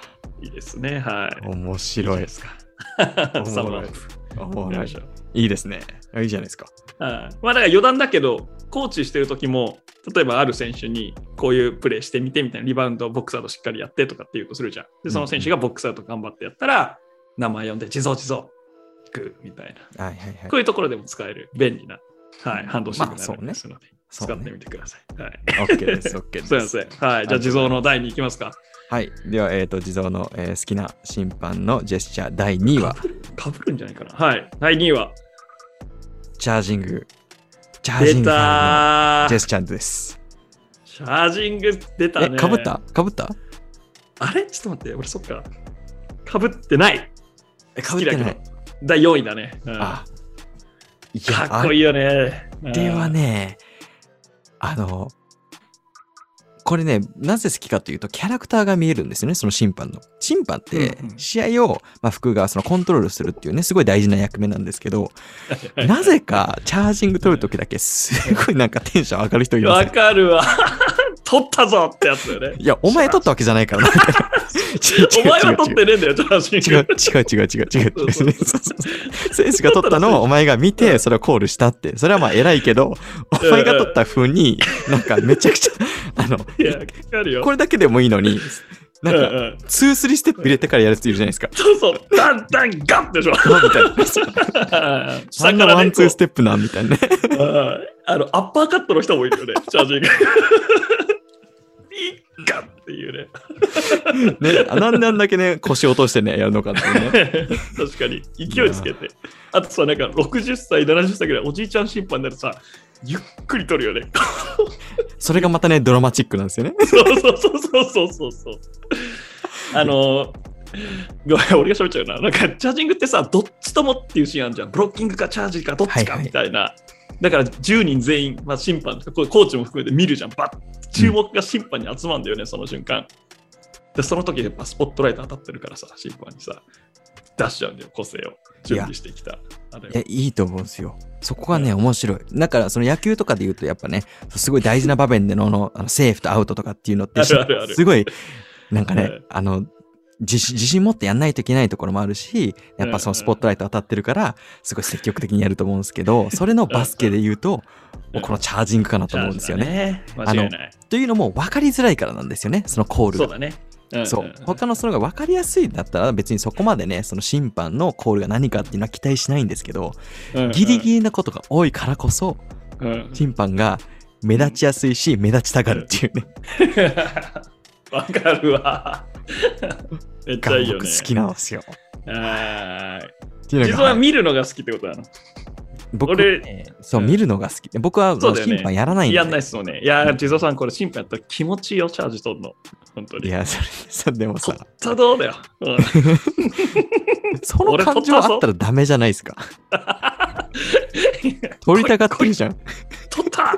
いいですね。はい。
面
い
白
い
い
ですか。
おもろい
サムアップ。
お
や
も
り
ろ
ま
い
しょう
いいですねいいじゃないですか
はいまあだから余談だけど、コーチしてる時も、例えばある選手にこういうプレーしてみてみたいな、リバウンドをボックスアウトしっかりやってとかって言うとするじゃん。で、その選手がボックスアウト頑張ってやったら、名前呼んで、地蔵地蔵、グーみたいな。
はいはいはい
こういうところでも使える便利な、はい、ハンドシグナル
まあそうね
ですので、
そ
使
う
っ
ね
てみてください。はい、
OK です、OK です。
すいません。はい、じゃあ、地蔵の第2行きますか。
はい。では、えっ、と、地蔵の、えー好きな審判のジェスチャー第2位は、
かぶるんじゃないかな。はい、第2位は、
チャージング。チャージ
出
ングさん
た
のジェ
ー
スチャーです。
チャージング出た
え、
ね。
かぶったかぶった
あれちょっと待って、俺そっか。かぶってない
え、
好きだけど。第4位だね。うん
あ、いや、
かっこいいよね。
あれはね、あの、これね、なぜ好きかというと、キャラクターが見えるんですよね、その審判の。審判って
うんう、ん
試合を、まあ、服がそのコントロールするっていうね、すごい大事な役目なんですけど、
うん。
なぜか、チャージング取るときだけ、すごいなんかテンション上がる人います
わかるわ。 取ったぞってやつだよね。
いや、お前取ったわけじゃないからな。
お前は取って
る。
ねえんだよ、チャージン
違
グ
う。違う違う違う違う違う違う
そうそうそう
選手が取ったのをお前が見て、それをコールしたって。それはまあ偉いけど、お前が取った風に、なんかめちゃくちゃ、あの、
いや、かかるよ。
これだけでもいいのに、なん
うん
か、
うん
ツースリーステップ入れてからやる人いるじゃないですか。
そうそう、ダンダンガンでしょ。
うわみたい な。あ
下
ん
か
な
ら
ワ
ね
ンツーステップなんみたいなね。
こううんあの、アッパーカットの人もいるよね、チャージング。ピッカっていうね。
ね、あなんであんだけね、腰落としてね、やるのかっていうね。
確かに、勢いつけて。あとさ、なんか60歳、70歳ぐらいおじいちゃん審判になるとさ、ゆっくり取るよね。
それがまたね、ドラマチックなんですよね。
そうそうそうそうそうそうそう。あのごめん、俺が喋っちゃうな。なんか、チャージングってさ、どっちともっていうシーンあるじゃん。ブロッキングかチャージかどっ
はい
ち
は
か
い
みたいな。だから、10人全員、まあ、審判とか、こうコーチも含めて見るじゃん。バッ注目が審判に集まるんだよね、その瞬間。で、その時やっぱスポットライト当たってるからさ、審判にさ、出しちゃうんだよ、個性を。準備してきた。あれ
いや、いいと思うんですよ。そこがね、面白い。だから、その野球とかで言うと、やっぱね、すごい大事な場面でのあのあのセーフとアウトとかっていうのって、
あるあるある
すごい、なんかね、
うん
あの、自信自信持ってやんないといけないところもあるし、やっぱそのスポットライト当たってるから、すごい積極的にやると思うんですけど、それのバスケで言うと、
うん
もうこのチャージングかなと思うんですよね。
チャージだね間違いない。
というのも分かりづらいからなんですよね、そのコール
そ
が
う。だね。うん
そう他のそのが分かりやすいんだったら別にそこまでねその審判のコールが何かっていうのは期待しないんですけどギリギリなことが多いからこそ
リ、うんうん
審判が目立ちやすいし目立ちたがるっていうね
わかるわ。めっちゃ
が
いいよ
僕
ね。
好きなんですよ。
はーい
っていうの
実
が
は
はい
見るのが好きってことなの。
僕
俺
ねそう
うん
見るのが好きで僕は
そうだよね
審判やらないんで
やんないっすもんね。いやー、地蔵さん、これ、審判やったら気持ちいいよ、チャージ取るの。本当
い
に。
やそれそれでも
取
さ
ったどうだよ。 うん
その
俺
感情
取ったぞ
あったらダメじゃない ですか取りたがってるじゃん
取った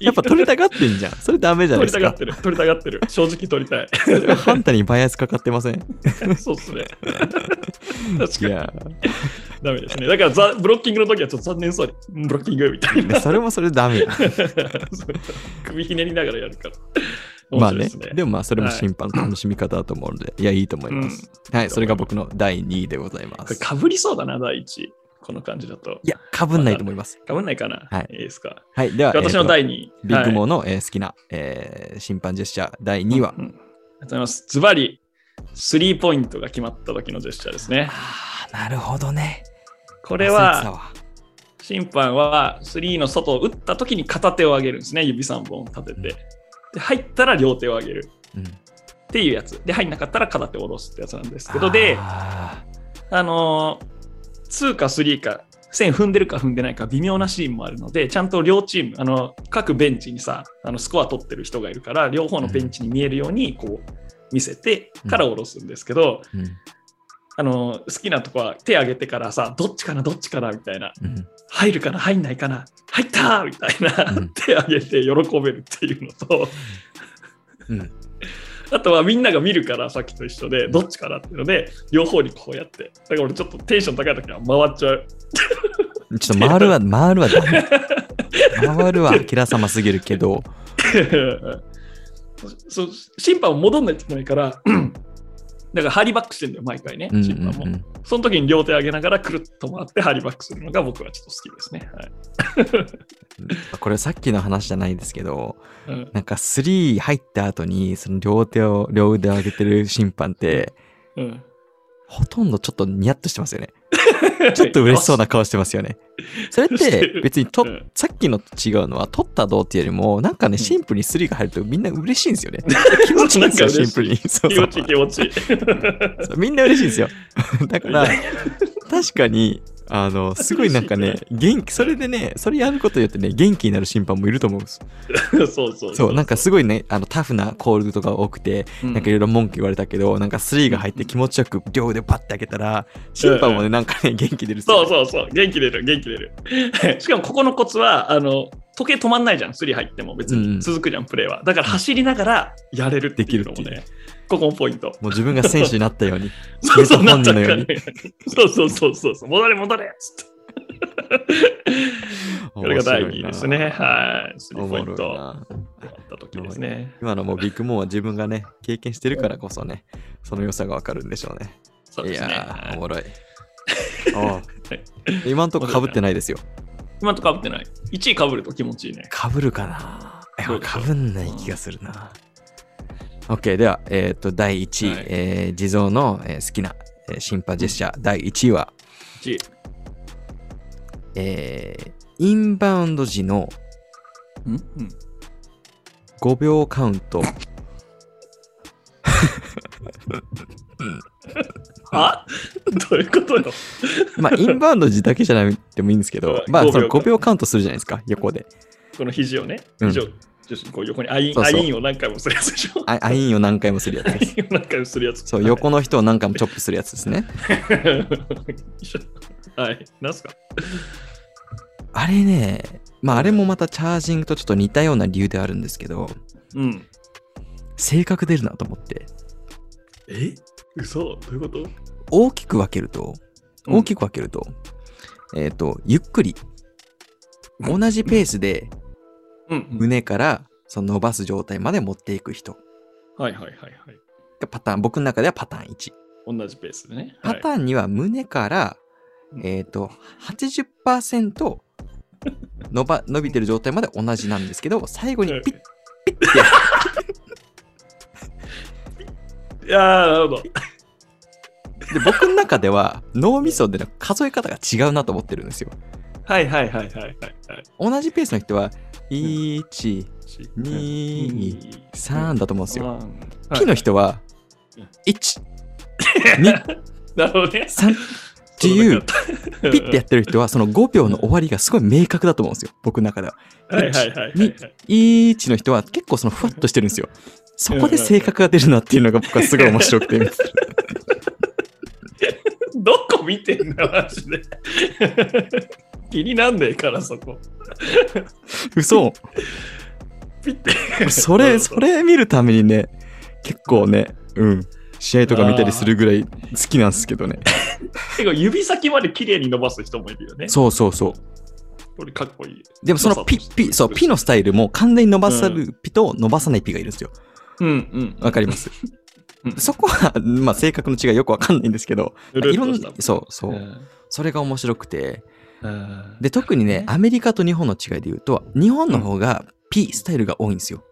やっぱ取りたがってんじゃんそれダメじゃない
取
です
りたがっ
か
てる。取りたがってる。正直取りたい。
それは判断にバイアスかかってません
そうっすね。確
い
かに
や
ダメですね。だからザ、ブロッキングの時はちょっと残念そうに、うんブロッキングみたいな。
それもそれダメよ
そう首ひねりながらやるから。
まあね
面白いです
でもまあそれも審判の楽しみ方だと思うので、い、やいいと思います、はいそれが僕の第2位でございま
これ
す
かぶりそうだな、第一。この感じだと。
いやかぶんないと思います
かぶんないかな。
はい
いですか。
はいでは
私の
えーと
第二。
ビッグモ
は
ーの、えー好きな、えー審判ジェスチャー第2
い
位は、
うんありがとうございます。ズバリ、スリーポイントが決まった時のジェスチャーですね。
ああなるほどね
こ
こ
れは、審判はスリーの外を打った時に片手を上げるんですね、指3本立てて。で、入ったら両手を上げる
うん。
っていうやつ。で、入んなかったら片手を下ろすってやつなんですけど、で、
あ
あのー、2か3か、線踏んでるか踏んでないか微妙なシーンもあるので、ちゃんと両チーム、あの各ベンチにさ、あのスコア取ってる人がいるから、両方のベンチに見えるように、こう、見せてから下ろすんですけど、
ーうん
あのー好きなとこは手挙げてからさ、どっちかな、どっちかなみたいな、
うん
入るかな、入んないかな、入ったーみたいな、
うん
手挙げて喜べるっていうのと、
うん
あとはみんなが見るからさっきと一緒でどっちかなっていうので両方にこうやってだから俺ちょっとテンション高い時は回っちゃう
ちょっと回る は、回るはダメ。回るは、あきらさますぎるけど。
そう審判も戻んないといけないから うんだからハリバックしてんだよ毎回ね
うん
審判も、
うんうん
その時に両手上げながらくるっと回ってハリバックするのが僕はちょっと好きですね、はい
これさっきの話じゃないですけど、
うん
なんか3入った後に、その両手を、両腕を上げてる審判って、
うん、
ほとんどちょっとニヤッとしてますよね。 ちょっと嬉し そうな顔してますよね。 それっ
して
て
る
別にと
うん
さっきのと違うのは取ったどうっていうよりもなんかねシンプルにスリーが入ると みんな嬉しいんですよね。気持ちいいんですよ
なんか
シ
嬉し
ン
い
プルに。そう
気
そ
持
う
ちいい気持ちいい
そうみんな嬉しいんです よ。だから
い
確かにあ のすごいなんかね
嬉し
元気それでねそれやることによってね元気になる審判もいると思うんです。
そうそうそう
そうなんかすごいねあのタフなコールとか多くて
うん
なんかいろいろ文句言われたけどなんかスリーが入って気持ちよく両腕パッて開けたら審判もねなんかね元気出るっすよ
そ
ね
うそうそう、元気出る、元気出る。 しかもここのコツは、あの、時計止まんないじゃん、スリー入っても別
うんう
に
ん
続くじゃん、プレーは。だから走りながらやれるっていうのも
できる
ね、ここもポイント。
もう自分が選手になったよう に。
そうそう、なっちゃ
そ
うか
れと本人のよう
ら
に
ね。そうそうそうそうそう、戻れ戻れつって。これが第2位ですね。はい。スリー
面白
ポ
いな。おもろ
イン
い
ト。
な
終わった時ですね。
今のもうビッグモンは自分がね、経験してるからこそね、その良さがわかるんでしょうね。
そう
い
ですね。
やー、お
はい
も ろい。おう今んとこかぶってないですよ。
今のとかぶってない。1位かぶると気持ちいいね。
かぶるかな
そうでし
か
ょう
ぶんない気がするな。OK、では、えっ、と、第1位、
はい
えー地蔵の、えー好きな、えー、審判ジェスチャー、第1位は、
1位。
えーインバウンド時の
うんうん。
5秒カウント。
あ どういうことよ。 、
まあ、インバウンド時だけじゃなくてもいいんですけど
うん
まあ、
5秒
その5秒カウントするじゃないですか、横で。
この肘をね、
うん
肘を女子にこう横にアイン
そうそう
アインを何回もするやつでし ょ。
あアインを何回もするやつ
ア
です。
インを何回もするやつ。
そう、横の人を何回もチョップするやつですね。
はい、なんすか
あれね、まあ、あれもまたチャージングとちょっと似たような理由ではあるんですけど、
うん。
性格出るなと思って、
え嘘どういうこと
大きく分けると、大きく分けると、えっ、と、ゆっくり、同じペースで
うん。うん
胸からその伸ばす状態まで持っていく人
はいはいはいはい。
がパターン、僕の中ではパターン1。
同じペースでね。
パターンには胸から、
うん
えっ、と、80%伸ば 伸びてる状態まで同じなんですけど、最後にピッ
いやー、なるほど。
で僕の中では脳みそでの数え方が違うなと思ってるんですよ。
はいはいはいはいはいはい。
同じペースの人は1、
二
2、3だと思うんですよ。
はい
木の人は1、
なるほどね。
3っていう、
ピ
ピッてやってる人はその5秒の終わりがすごい明確だと思うんですよ。僕の中では。
はいはいはいはいはい。
1の人は結構そのふわっとしてるんですよ。そこで性格が出るなっていうのが僕はすごい面白くて。
どこ見てんだ、マジで。気になんねえから、そこ。
嘘
ピッて。
それ、それ見るためにね、結構ね、うん。試合とか見たりするぐらい好きなんですけどね。
結構指先まで綺麗に伸ばす人もいるよね。
そうそうそう。
これかっこいい。
でもそのピ
そうそう
ピ、そう、ピのスタイルも完全に伸ばさるピと伸ばさないピがいるんですよ。
うん
わかります
う。ん
そこは、まあ性格の違いよくわかんないんですけど、
うん。
いろんな
う、
そうそ
ん
う。それが面白くて。
うん
で、特にね、アメリカと日本の違いで言うと、日本の方がピスタイルが多いんですよ。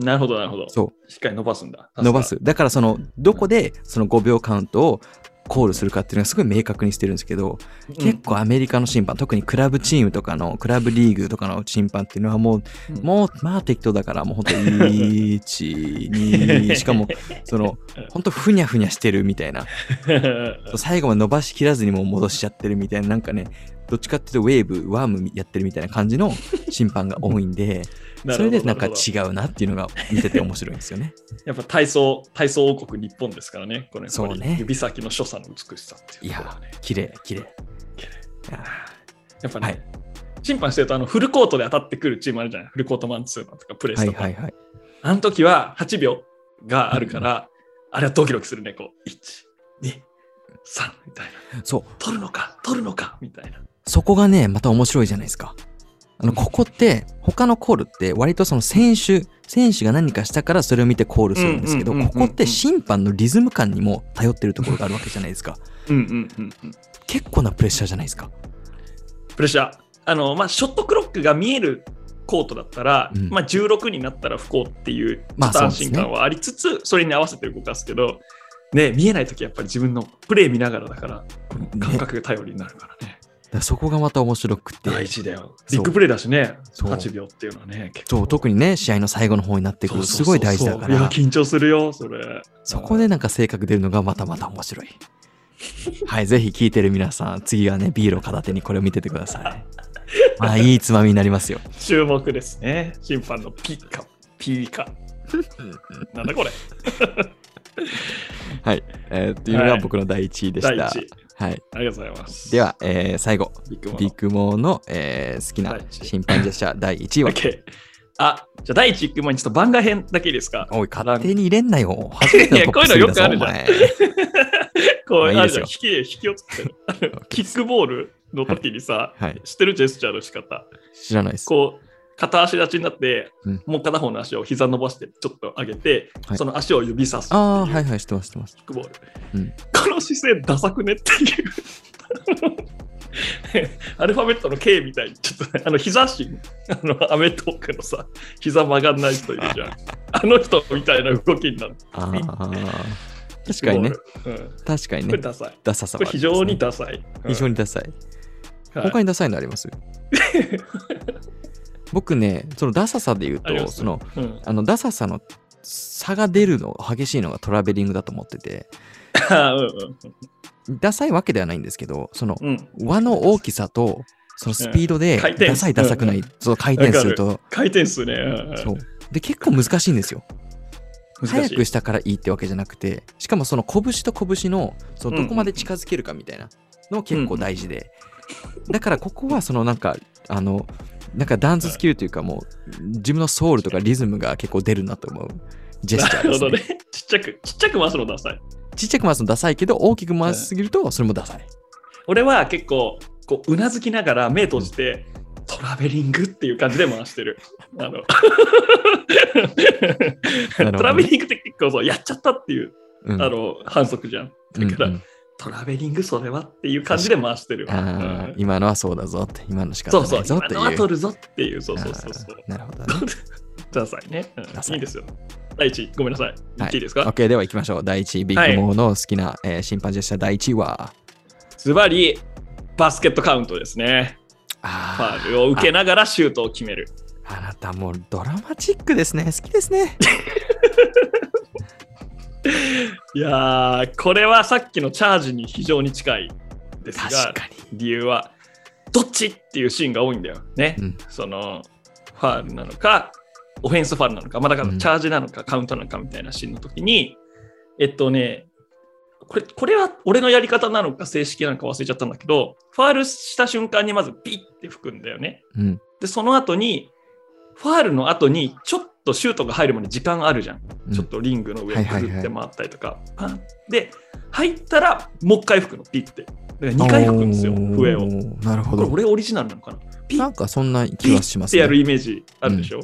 なるほど、なるほど。
そ
しっかり伸ばすんだ。
う、伸ばす。だからその、どこでその5秒カウントをコールするかっていうのがすごい明確にしてるんですけど、結構アメリカの審判特にクラブチームとかのクラブリーグとかの審判っていうのはもう、
うん
もうまあ適当だからもう本当に12しかもその本当ふにゃふにゃしてるみたいな そう最後まで伸ばしきらずにもう戻しちゃってるみたいななんかねどっちかっていうとウェーブワームやってるみたいな感じの審判が多いんでそれでなんか違うなっていうのが見てて面白いんですよ ね。
やっぱ体操、体操王国日本ですからね、これ、
そうね
やっぱり指先の所作の美しさっていうところはね。
綺麗綺麗
綺麗
いや
やっぱね、
はい
審判してるとあのフルコートで当たってくるチームあるじゃない、フルコートマンツーマンとかプレ
は
ス
い
とか。
はいはい。
あの時は8秒があるから、あれはドキドキするね、こう、1、2、3みたいな。
そう
取るのか、取るのかみたいな。
そこがねまた面白いじゃないですか。あのここって他のコールって割とその選手選手が何かしたからそれを見てコールするんですけど
うんうんうん
こ
うんうん
こって審判のリズム感にも頼ってるところがあるわけじゃないです か
うんうんうんうん。
結構なプレッシャーじゃないですか
プレッシャー。あの、まあ、ショットクロックが見えるコートだったら、
うん
まあ、16になったら不幸っていう、ちょ
ま
っ
あ
と
そう
安
ですね
心感はありつつ、それに合わせて動かすけど、ね、見えないときやっぱり自分のプレー見ながらだから、この感覚が頼りになるからね。
だからそこがまた面白くて
大事だよ。
そう
ビッグプレーだしね、
そう
8秒っていうのはね、結構
そう特にね試合の最後の方になってくるとすごい大事だか
そうそう
ら
そういや、緊張するよ、それ。
そこでなんか性格出るのがまたまた面白いはいぜひ聞いてる皆さん次はねビールを片手にこれを見ててくださいまあいいつまみになりますよ
注目ですね。審判のピーカ、ピーカ。 なんだこれ
はい、えー、というのが
はい
僕の第1位でした、
第
は
一
い
ありがとうございます。
で、は、えー最後
ビッグモ
ビッグモーの、えー好きな
第一位
審判ジェスチャー第1位は
OK。あ、じゃあ第一行く前にちょっと番外編だけいいですか
おい勝手に入れんなよ初めて
い
の
や
ト
こ
ッ
うい
プ
う
3
のよ
だ
く
ぞ
ある
お
じゃん
前
こ
まあ
う、
いい
あ
で
る
す
じゃ
よ
ん、引き、引きをつってる。あ のキックボールの時にさ、
はい
知ってるジェスチャーの仕方。
知らないです
こう、片足立ちになって、
うん
もう片方の足を膝伸ばして、ちょっと上げて、
はい
その足を指さすっていう
ああーはいはい知ってます知ってます
キックボール。
うん
この姿勢、ダサくねっていう。 アルファベットの K みたいに、ちょっとね、あの膝足、あのアメトークのさ、膝曲がんない人いるじゃん。あの人みたいな動きになる。
あ
キッ
あ確かにね
クボール。うん
確かに
こ
ね
れダサい。
ダサさ
これ
はあ
非
りますね
常にダサい。
非常
に。
にダサい
はい
他にダサいのあり ます僕ねそのダサさで言う
ありま
と
す
その
うん
あのダサさの差が出るの激しいのがトラベリングだと思ってて
あうん
ダサいわけではないんですけどその
うんうん
輪の大きさとそのスピードで
ん回転
ダサいダサくない、
う
そう回転すると
回転数ね。うんうん
そう で結構難しいんですよ
難
早
しい
くしたからいいってわけじゃなくてしかもその拳と拳のそのどこまで近づけるかみたいなの結構大事で、だからここはそのなんかあのなんかダンススキルというかもう自分のソウルとかリズムが結構出るなと思うジェスチャー
な
で
るほ
す、
ど
ね
ね。ちっちゃく、ちっちゃく回すのダサい。
ちっちゃく回すのダサいけど大きく回しすぎるとそれもダサい、
俺は結構、こう、うなずきながら目閉じて、トラベリングっていう感じで回し てる。あの
ほどね
トラベリングって結構そう、やっちゃったっていう、
うん
あの、反則じゃん。だから、
うんうん
トラベリングそれはっていう感じで回してる。
あ
う
ー
ん
今のはそうだぞって今のしか
そうそう、
ないぞ
今
ってい
のは
う
取るぞっていう、そうそうそうそう。
あーなるほどね
ダサいね。うん
ダサい
いいですよ。第一位、ごめんなさい。言っていいですか、
OK では行きましょう第1位ビッグモーの好きな、えー審判ジェスチャー第1位は
ズバリ、バスケットカウントですね。フ
あ
ァールを受けながらシュートを決める。
ーあなたもうドラマチックですね好きですね
いやー、これはさっきのチャージに非常に近いです
確か
が、理由は、どっちっていうシーンが多いんだよね。
に、うん、
その、ファールなのか、オフェンスファールなのか、まあ、だか
う
ら
ん
チャージなのか、カウントなのかみたいなシーンの時に、えっとね、これこれは俺のやり方なのか正式なのか忘れちゃったんだけど、ファールした瞬間にまずピッて吹くんだよね。
うん、
で、その後に、ファールの後に、ちょっとシュートが入るまで時間あるじゃん。
うん
ちょっとリングの上
は
を
い
ぐ
はいはい
るって回ったりとか。パンで、入ったら、もう一回吹くの、ピッて。だから2回吹くんですよ
お、ー
笛を。
なるほ
これ
ど
俺オリジナルなのかなピ
な
ッ
んかそんな気はします
てやる
ね
イメージあるでしょ、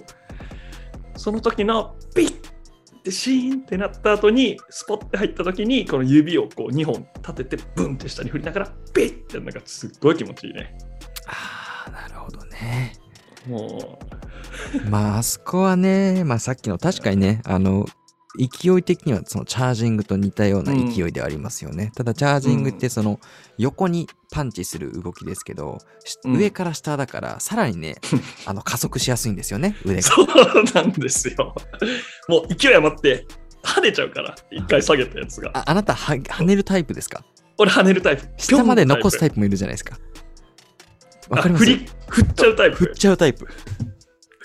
その時のピッてシーンってなった後にスポッて入った時にこの指をこう2本立ててブンって下に振りながらピッてなんかすっごい気持ちいいね
ああなるほどね
も
まああそこはねまあさっきの確かにねあの勢い的にはそのチャージングと似たような勢いではありますよね、ただチャージングってその横にパンチする動きですけど、し
うん
上から下だからさらに ねあの加速しやすいんですよね腕が
そうなんですよ。もう勢い余って跳ねちゃうから、一回下げたやつが。
ああなたは跳ねるタイプですか
俺跳ねるタイプ。
下まで残すタ
イ
イプもいるじゃないですか
プ。
わかりま
あ
す
振り、振っちゃうタイ
振っ
プ。
ちゃうタイプ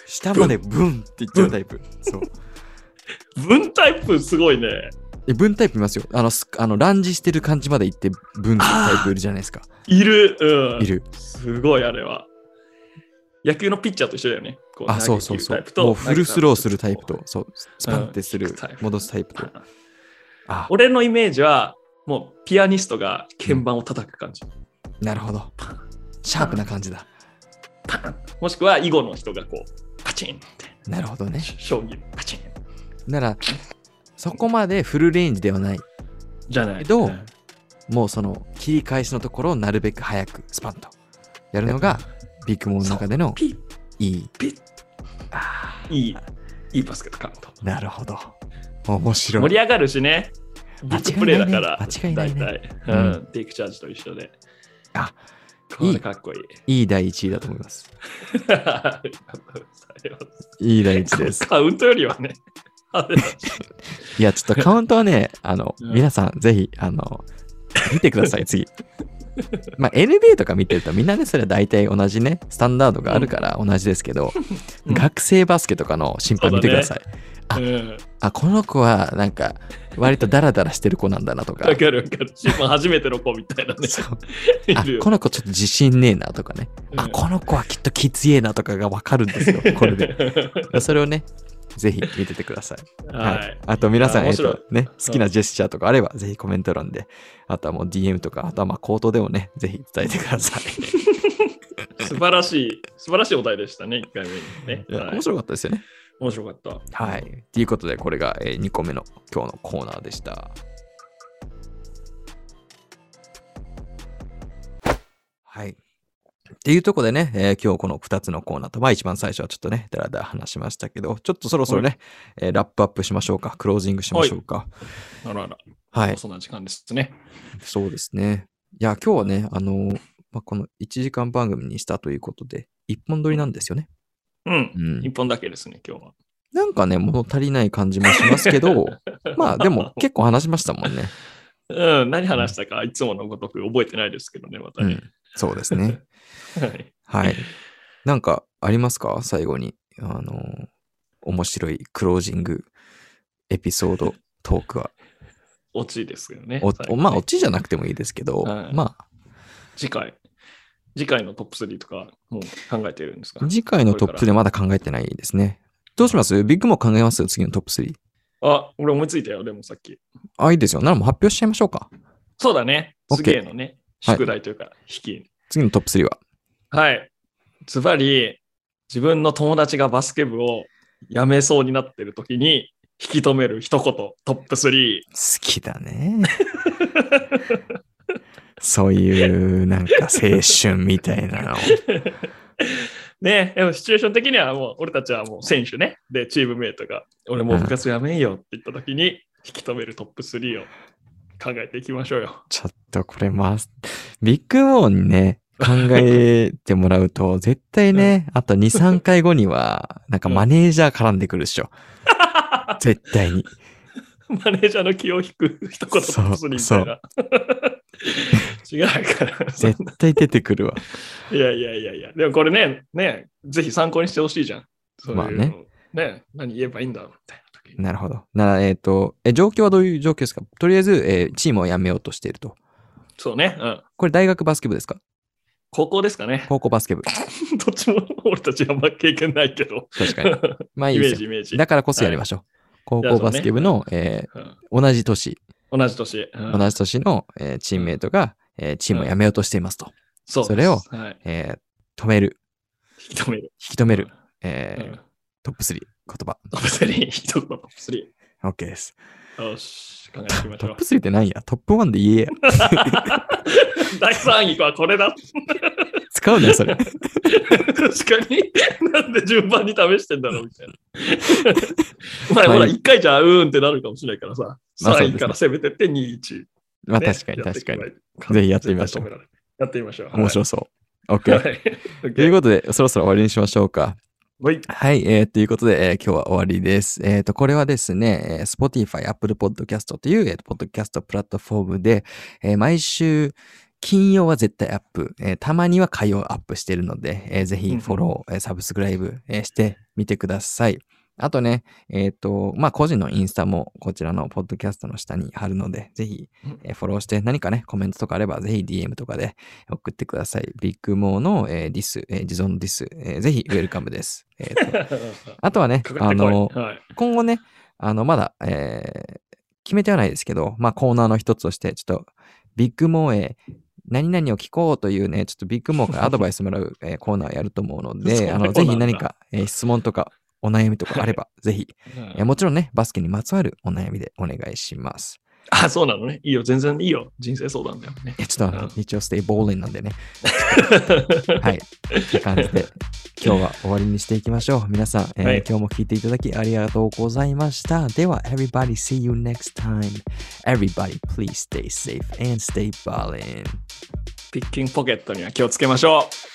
下までブンっていっちゃうタイプそう
分タイプすごいね。
えブンタイプいますよあのすあのランジしてる感じまで行ってブンタイプいるじゃないですか
いる。うん。
いる
すごい、あれは。野球のピッチャーと一緒だよね。こ
あ、そうそうそ
投げ
う
切るタイプ。と
もうフルスローするタイプ。
投
と、そう、スパンってす
う
る
んタイ、プ
戻すタイプ
げ
と
た。タイプ
あ、
俺のイメージは、もうピアニストが鍵盤を叩く感じ。
なるほど。シャープな感じ だ。
パンもしくは囲碁の人がこう、パチンって。
なるほどね。
将棋、パチン。
なら、そこまでフルレンジではない。
じゃない。
けど
うん
もうその切り返しのところをなるべく早く、スパンとやるのが、ビッグモンの中での
ピッ
いい。
ピッ
あ
いい、いいバスケットカウント。
ーなるほど。面白
盛
い。
り上がるしね。ビッグプレーだから、
間違いないね間違い
大体、う
うんん
テイクチャージと一緒で。
あ
これかっこいい。
いい第一位だと思います。
ありがとうございます
いい第一位です。
カウントよりはね。あれだ
いや、ちょっとカウントはね、あの、
うん
皆さん、ぜひ、あの、見てください、次。 まあ、NBA とか見てると、みんなね、それは大体同じね、スタンダードがあるから同じですけど、
うん
学生バスケとかの審判見てください。 あ
うん
あ、この子は、なんか、割とダラダラしてる子なんだなとか
わ、かるわかる。審判初めての子みたいなね。
そう
い
あ、
るよ
この子ちょっと自信ねえなとかね、
う
あ、
ん
この子はきっときつえなとかがわかるんですよ、こ れで。それをね、ぜひ見ててください。
はい。
あと皆さん、え
あ面
っ
白い
とね、好きなジェスチャーとかあれば、ぜひコメント欄で、あとはもう DM とか、あとはまあ口頭でもね、ぜひ伝えてください。
素晴らしい、素晴らしいお題でしたね、1回目に
い
ね。
や
はい
面白かったですよね。
面白かった。
はい。ということで、これが2個目の今日のコーナーでした。はい。っていうところでね、えー今日この2つのコーナーと、まあ一番最初はちょっとね、だらだら話しましたけど、ちょっとそろそろね、えーラップアップしましょうか、クロージングしましょうか。
あらあら、
はい。
そんな時間ですね。
そうですね。いや、今日はね、あの、まあ、この1時間番組にしたということで、一本撮りなんですよね。
うん
う。ん
一。本だけですね、今日は。
なんかね、物足りない感じもしますけ ど、まあでも結構話しましたもんね。
うん、何話したかいつものごとく覚えてないですけどね、また
う
ね。
ん。そうですね。
はい、
はい。なんかありますか最後に。あの、面白いクロージングエピソードトーク は。
落ちですよね。
お
最
お
後ね
まあ、オチじゃなくてもいいですけど、
はい
まあ、
次回、次回のトップ3とか、もう考えているんですか
次回のトップ3でまだ考えてないですね。どうしますビッグも考えます次のトップ3。
あ、俺思いついたよ、でもさっき。
あ、いいですよ。ならもう発表しちゃいましょうか。
そうだね。
OK
すげえのね、
はい
宿題というか、引き。
次のトップ3は。
はい。つまり、自分の友達がバスケ部を辞めそうになってる時に、引き止める一言、トップ3。
好きだね。 そういう、なんか青春みたいなの。
ねでもシチュエーション的にはもう俺たちはもう選手ね。で、チームメイトが、俺もう部活やめんよって言った時に、引き止めるトップ3を考えていきましょうよ。
ちょっとこれます。ビッグモーにね、考えてもらうと、絶対 ね、あと2、3回後には、なんかマネージャー絡んでくるっし ょ。絶対に。
マネージャーの気を引く一言トップ3みたいな。 違うから。
絶対出てくるわ。
いやいやいやいや。でもこれね、ね、ぜひ参考にしてほしいじゃん。そういうの
まあね。
ね、何言えばいいんだろうみたいな時に。
なるほど。なら、えっ、と、え、状況はどういう状況ですかとりあえず、えーチームを辞めようとしていると。
そうね。うん。
これ大学バスケ部ですか
高校ですかね。
高校バスケ部。
どっちも俺たちあんま経験ないけど。
確かに。 まあい
イ
い
メ
ですよ
ージイメージ。
だからこそやりましょう。高校バスケ部の、え
うん
ー同じ年、
同じ年。うん
同じ年の、えーチームメイトが、えーチームを辞めようとしていますと。
そう
それを
ですはい、
えー止める、
引き止める。
引き止める、
う
えー
ん
トップ3言葉。
トップ3、一言トップ
OK です。
3。よし、考えていきまし
ト
ょ
ッ
う
プ。3って何やトップ1で言えや。
第3位はこれだ。
使使うねそ れ。
確かに。なんで順番に試してんだろうみた いな。まあ、ほら、
はい
1回じゃ、うーんってなるかもしれないからさ。
まあそうですね
3位から攻めてって2、1。
まあ
ね
確かに確かに。。
や
ぜひや
っ
ってて
み
み
ま
ま
し
し
ょ
ょ
う
う。
やってみましょう。
面白そう。OK。
はい。はい
ということで、そろそろ終わりにしましょうか。
はい。
はい、えーということで、えー今日は終わりです。えっ、と、これはですね、えー Spotify、Apple Podcast という、えーポッドキャストプラットフォームで、えー毎週金曜は絶対アップ、えーたまには火曜アップしているので、えーぜ
うんう
ひ
ん
フォロー、えーサブスクライブ、えーしてみてください。あとね、えっ、と、まあ、個人のインスタもこちらのポッドキャストの下に貼るので、ぜひ、えーフォローして何かね、コメントとかあれば、ぜひ DM とかで送ってください。ビッグモーの、えーディス、えー、既存ディス、えーぜひウェルカムです。えーとあとはね
か、かっ
あ
てこい。
の、
はい。
今後ね、あの、まだ、えー決めてはないですけど、まあ、コーナーの一つとして、ちょっと、ビッグモーへ、何々を聞こうというね、ちょっとビッグモー からアドバイスもらう、えーコーナーやると思うの
そう
で、あ
な
の、
んだ
ぜひ何か、えー質問とか、お悩みとかあれば、ぜひ、えーもちろんね、バスケにまつわるお悩みでお願いします。
あ、そうなのね。いいよ。全然いいよ。人生相談だよ ね。
えちょっとあ
うん
の、一応ステイボーリンなんでね、 はい。って感じで、今日は終わりにしていきましょう。皆さん、えー
はい
今日も聞いていただきありがとうございました。では、everybody see you next time. Everybody please stay safe and stay ballin'.
ピッキンポケットには気をつけましょう。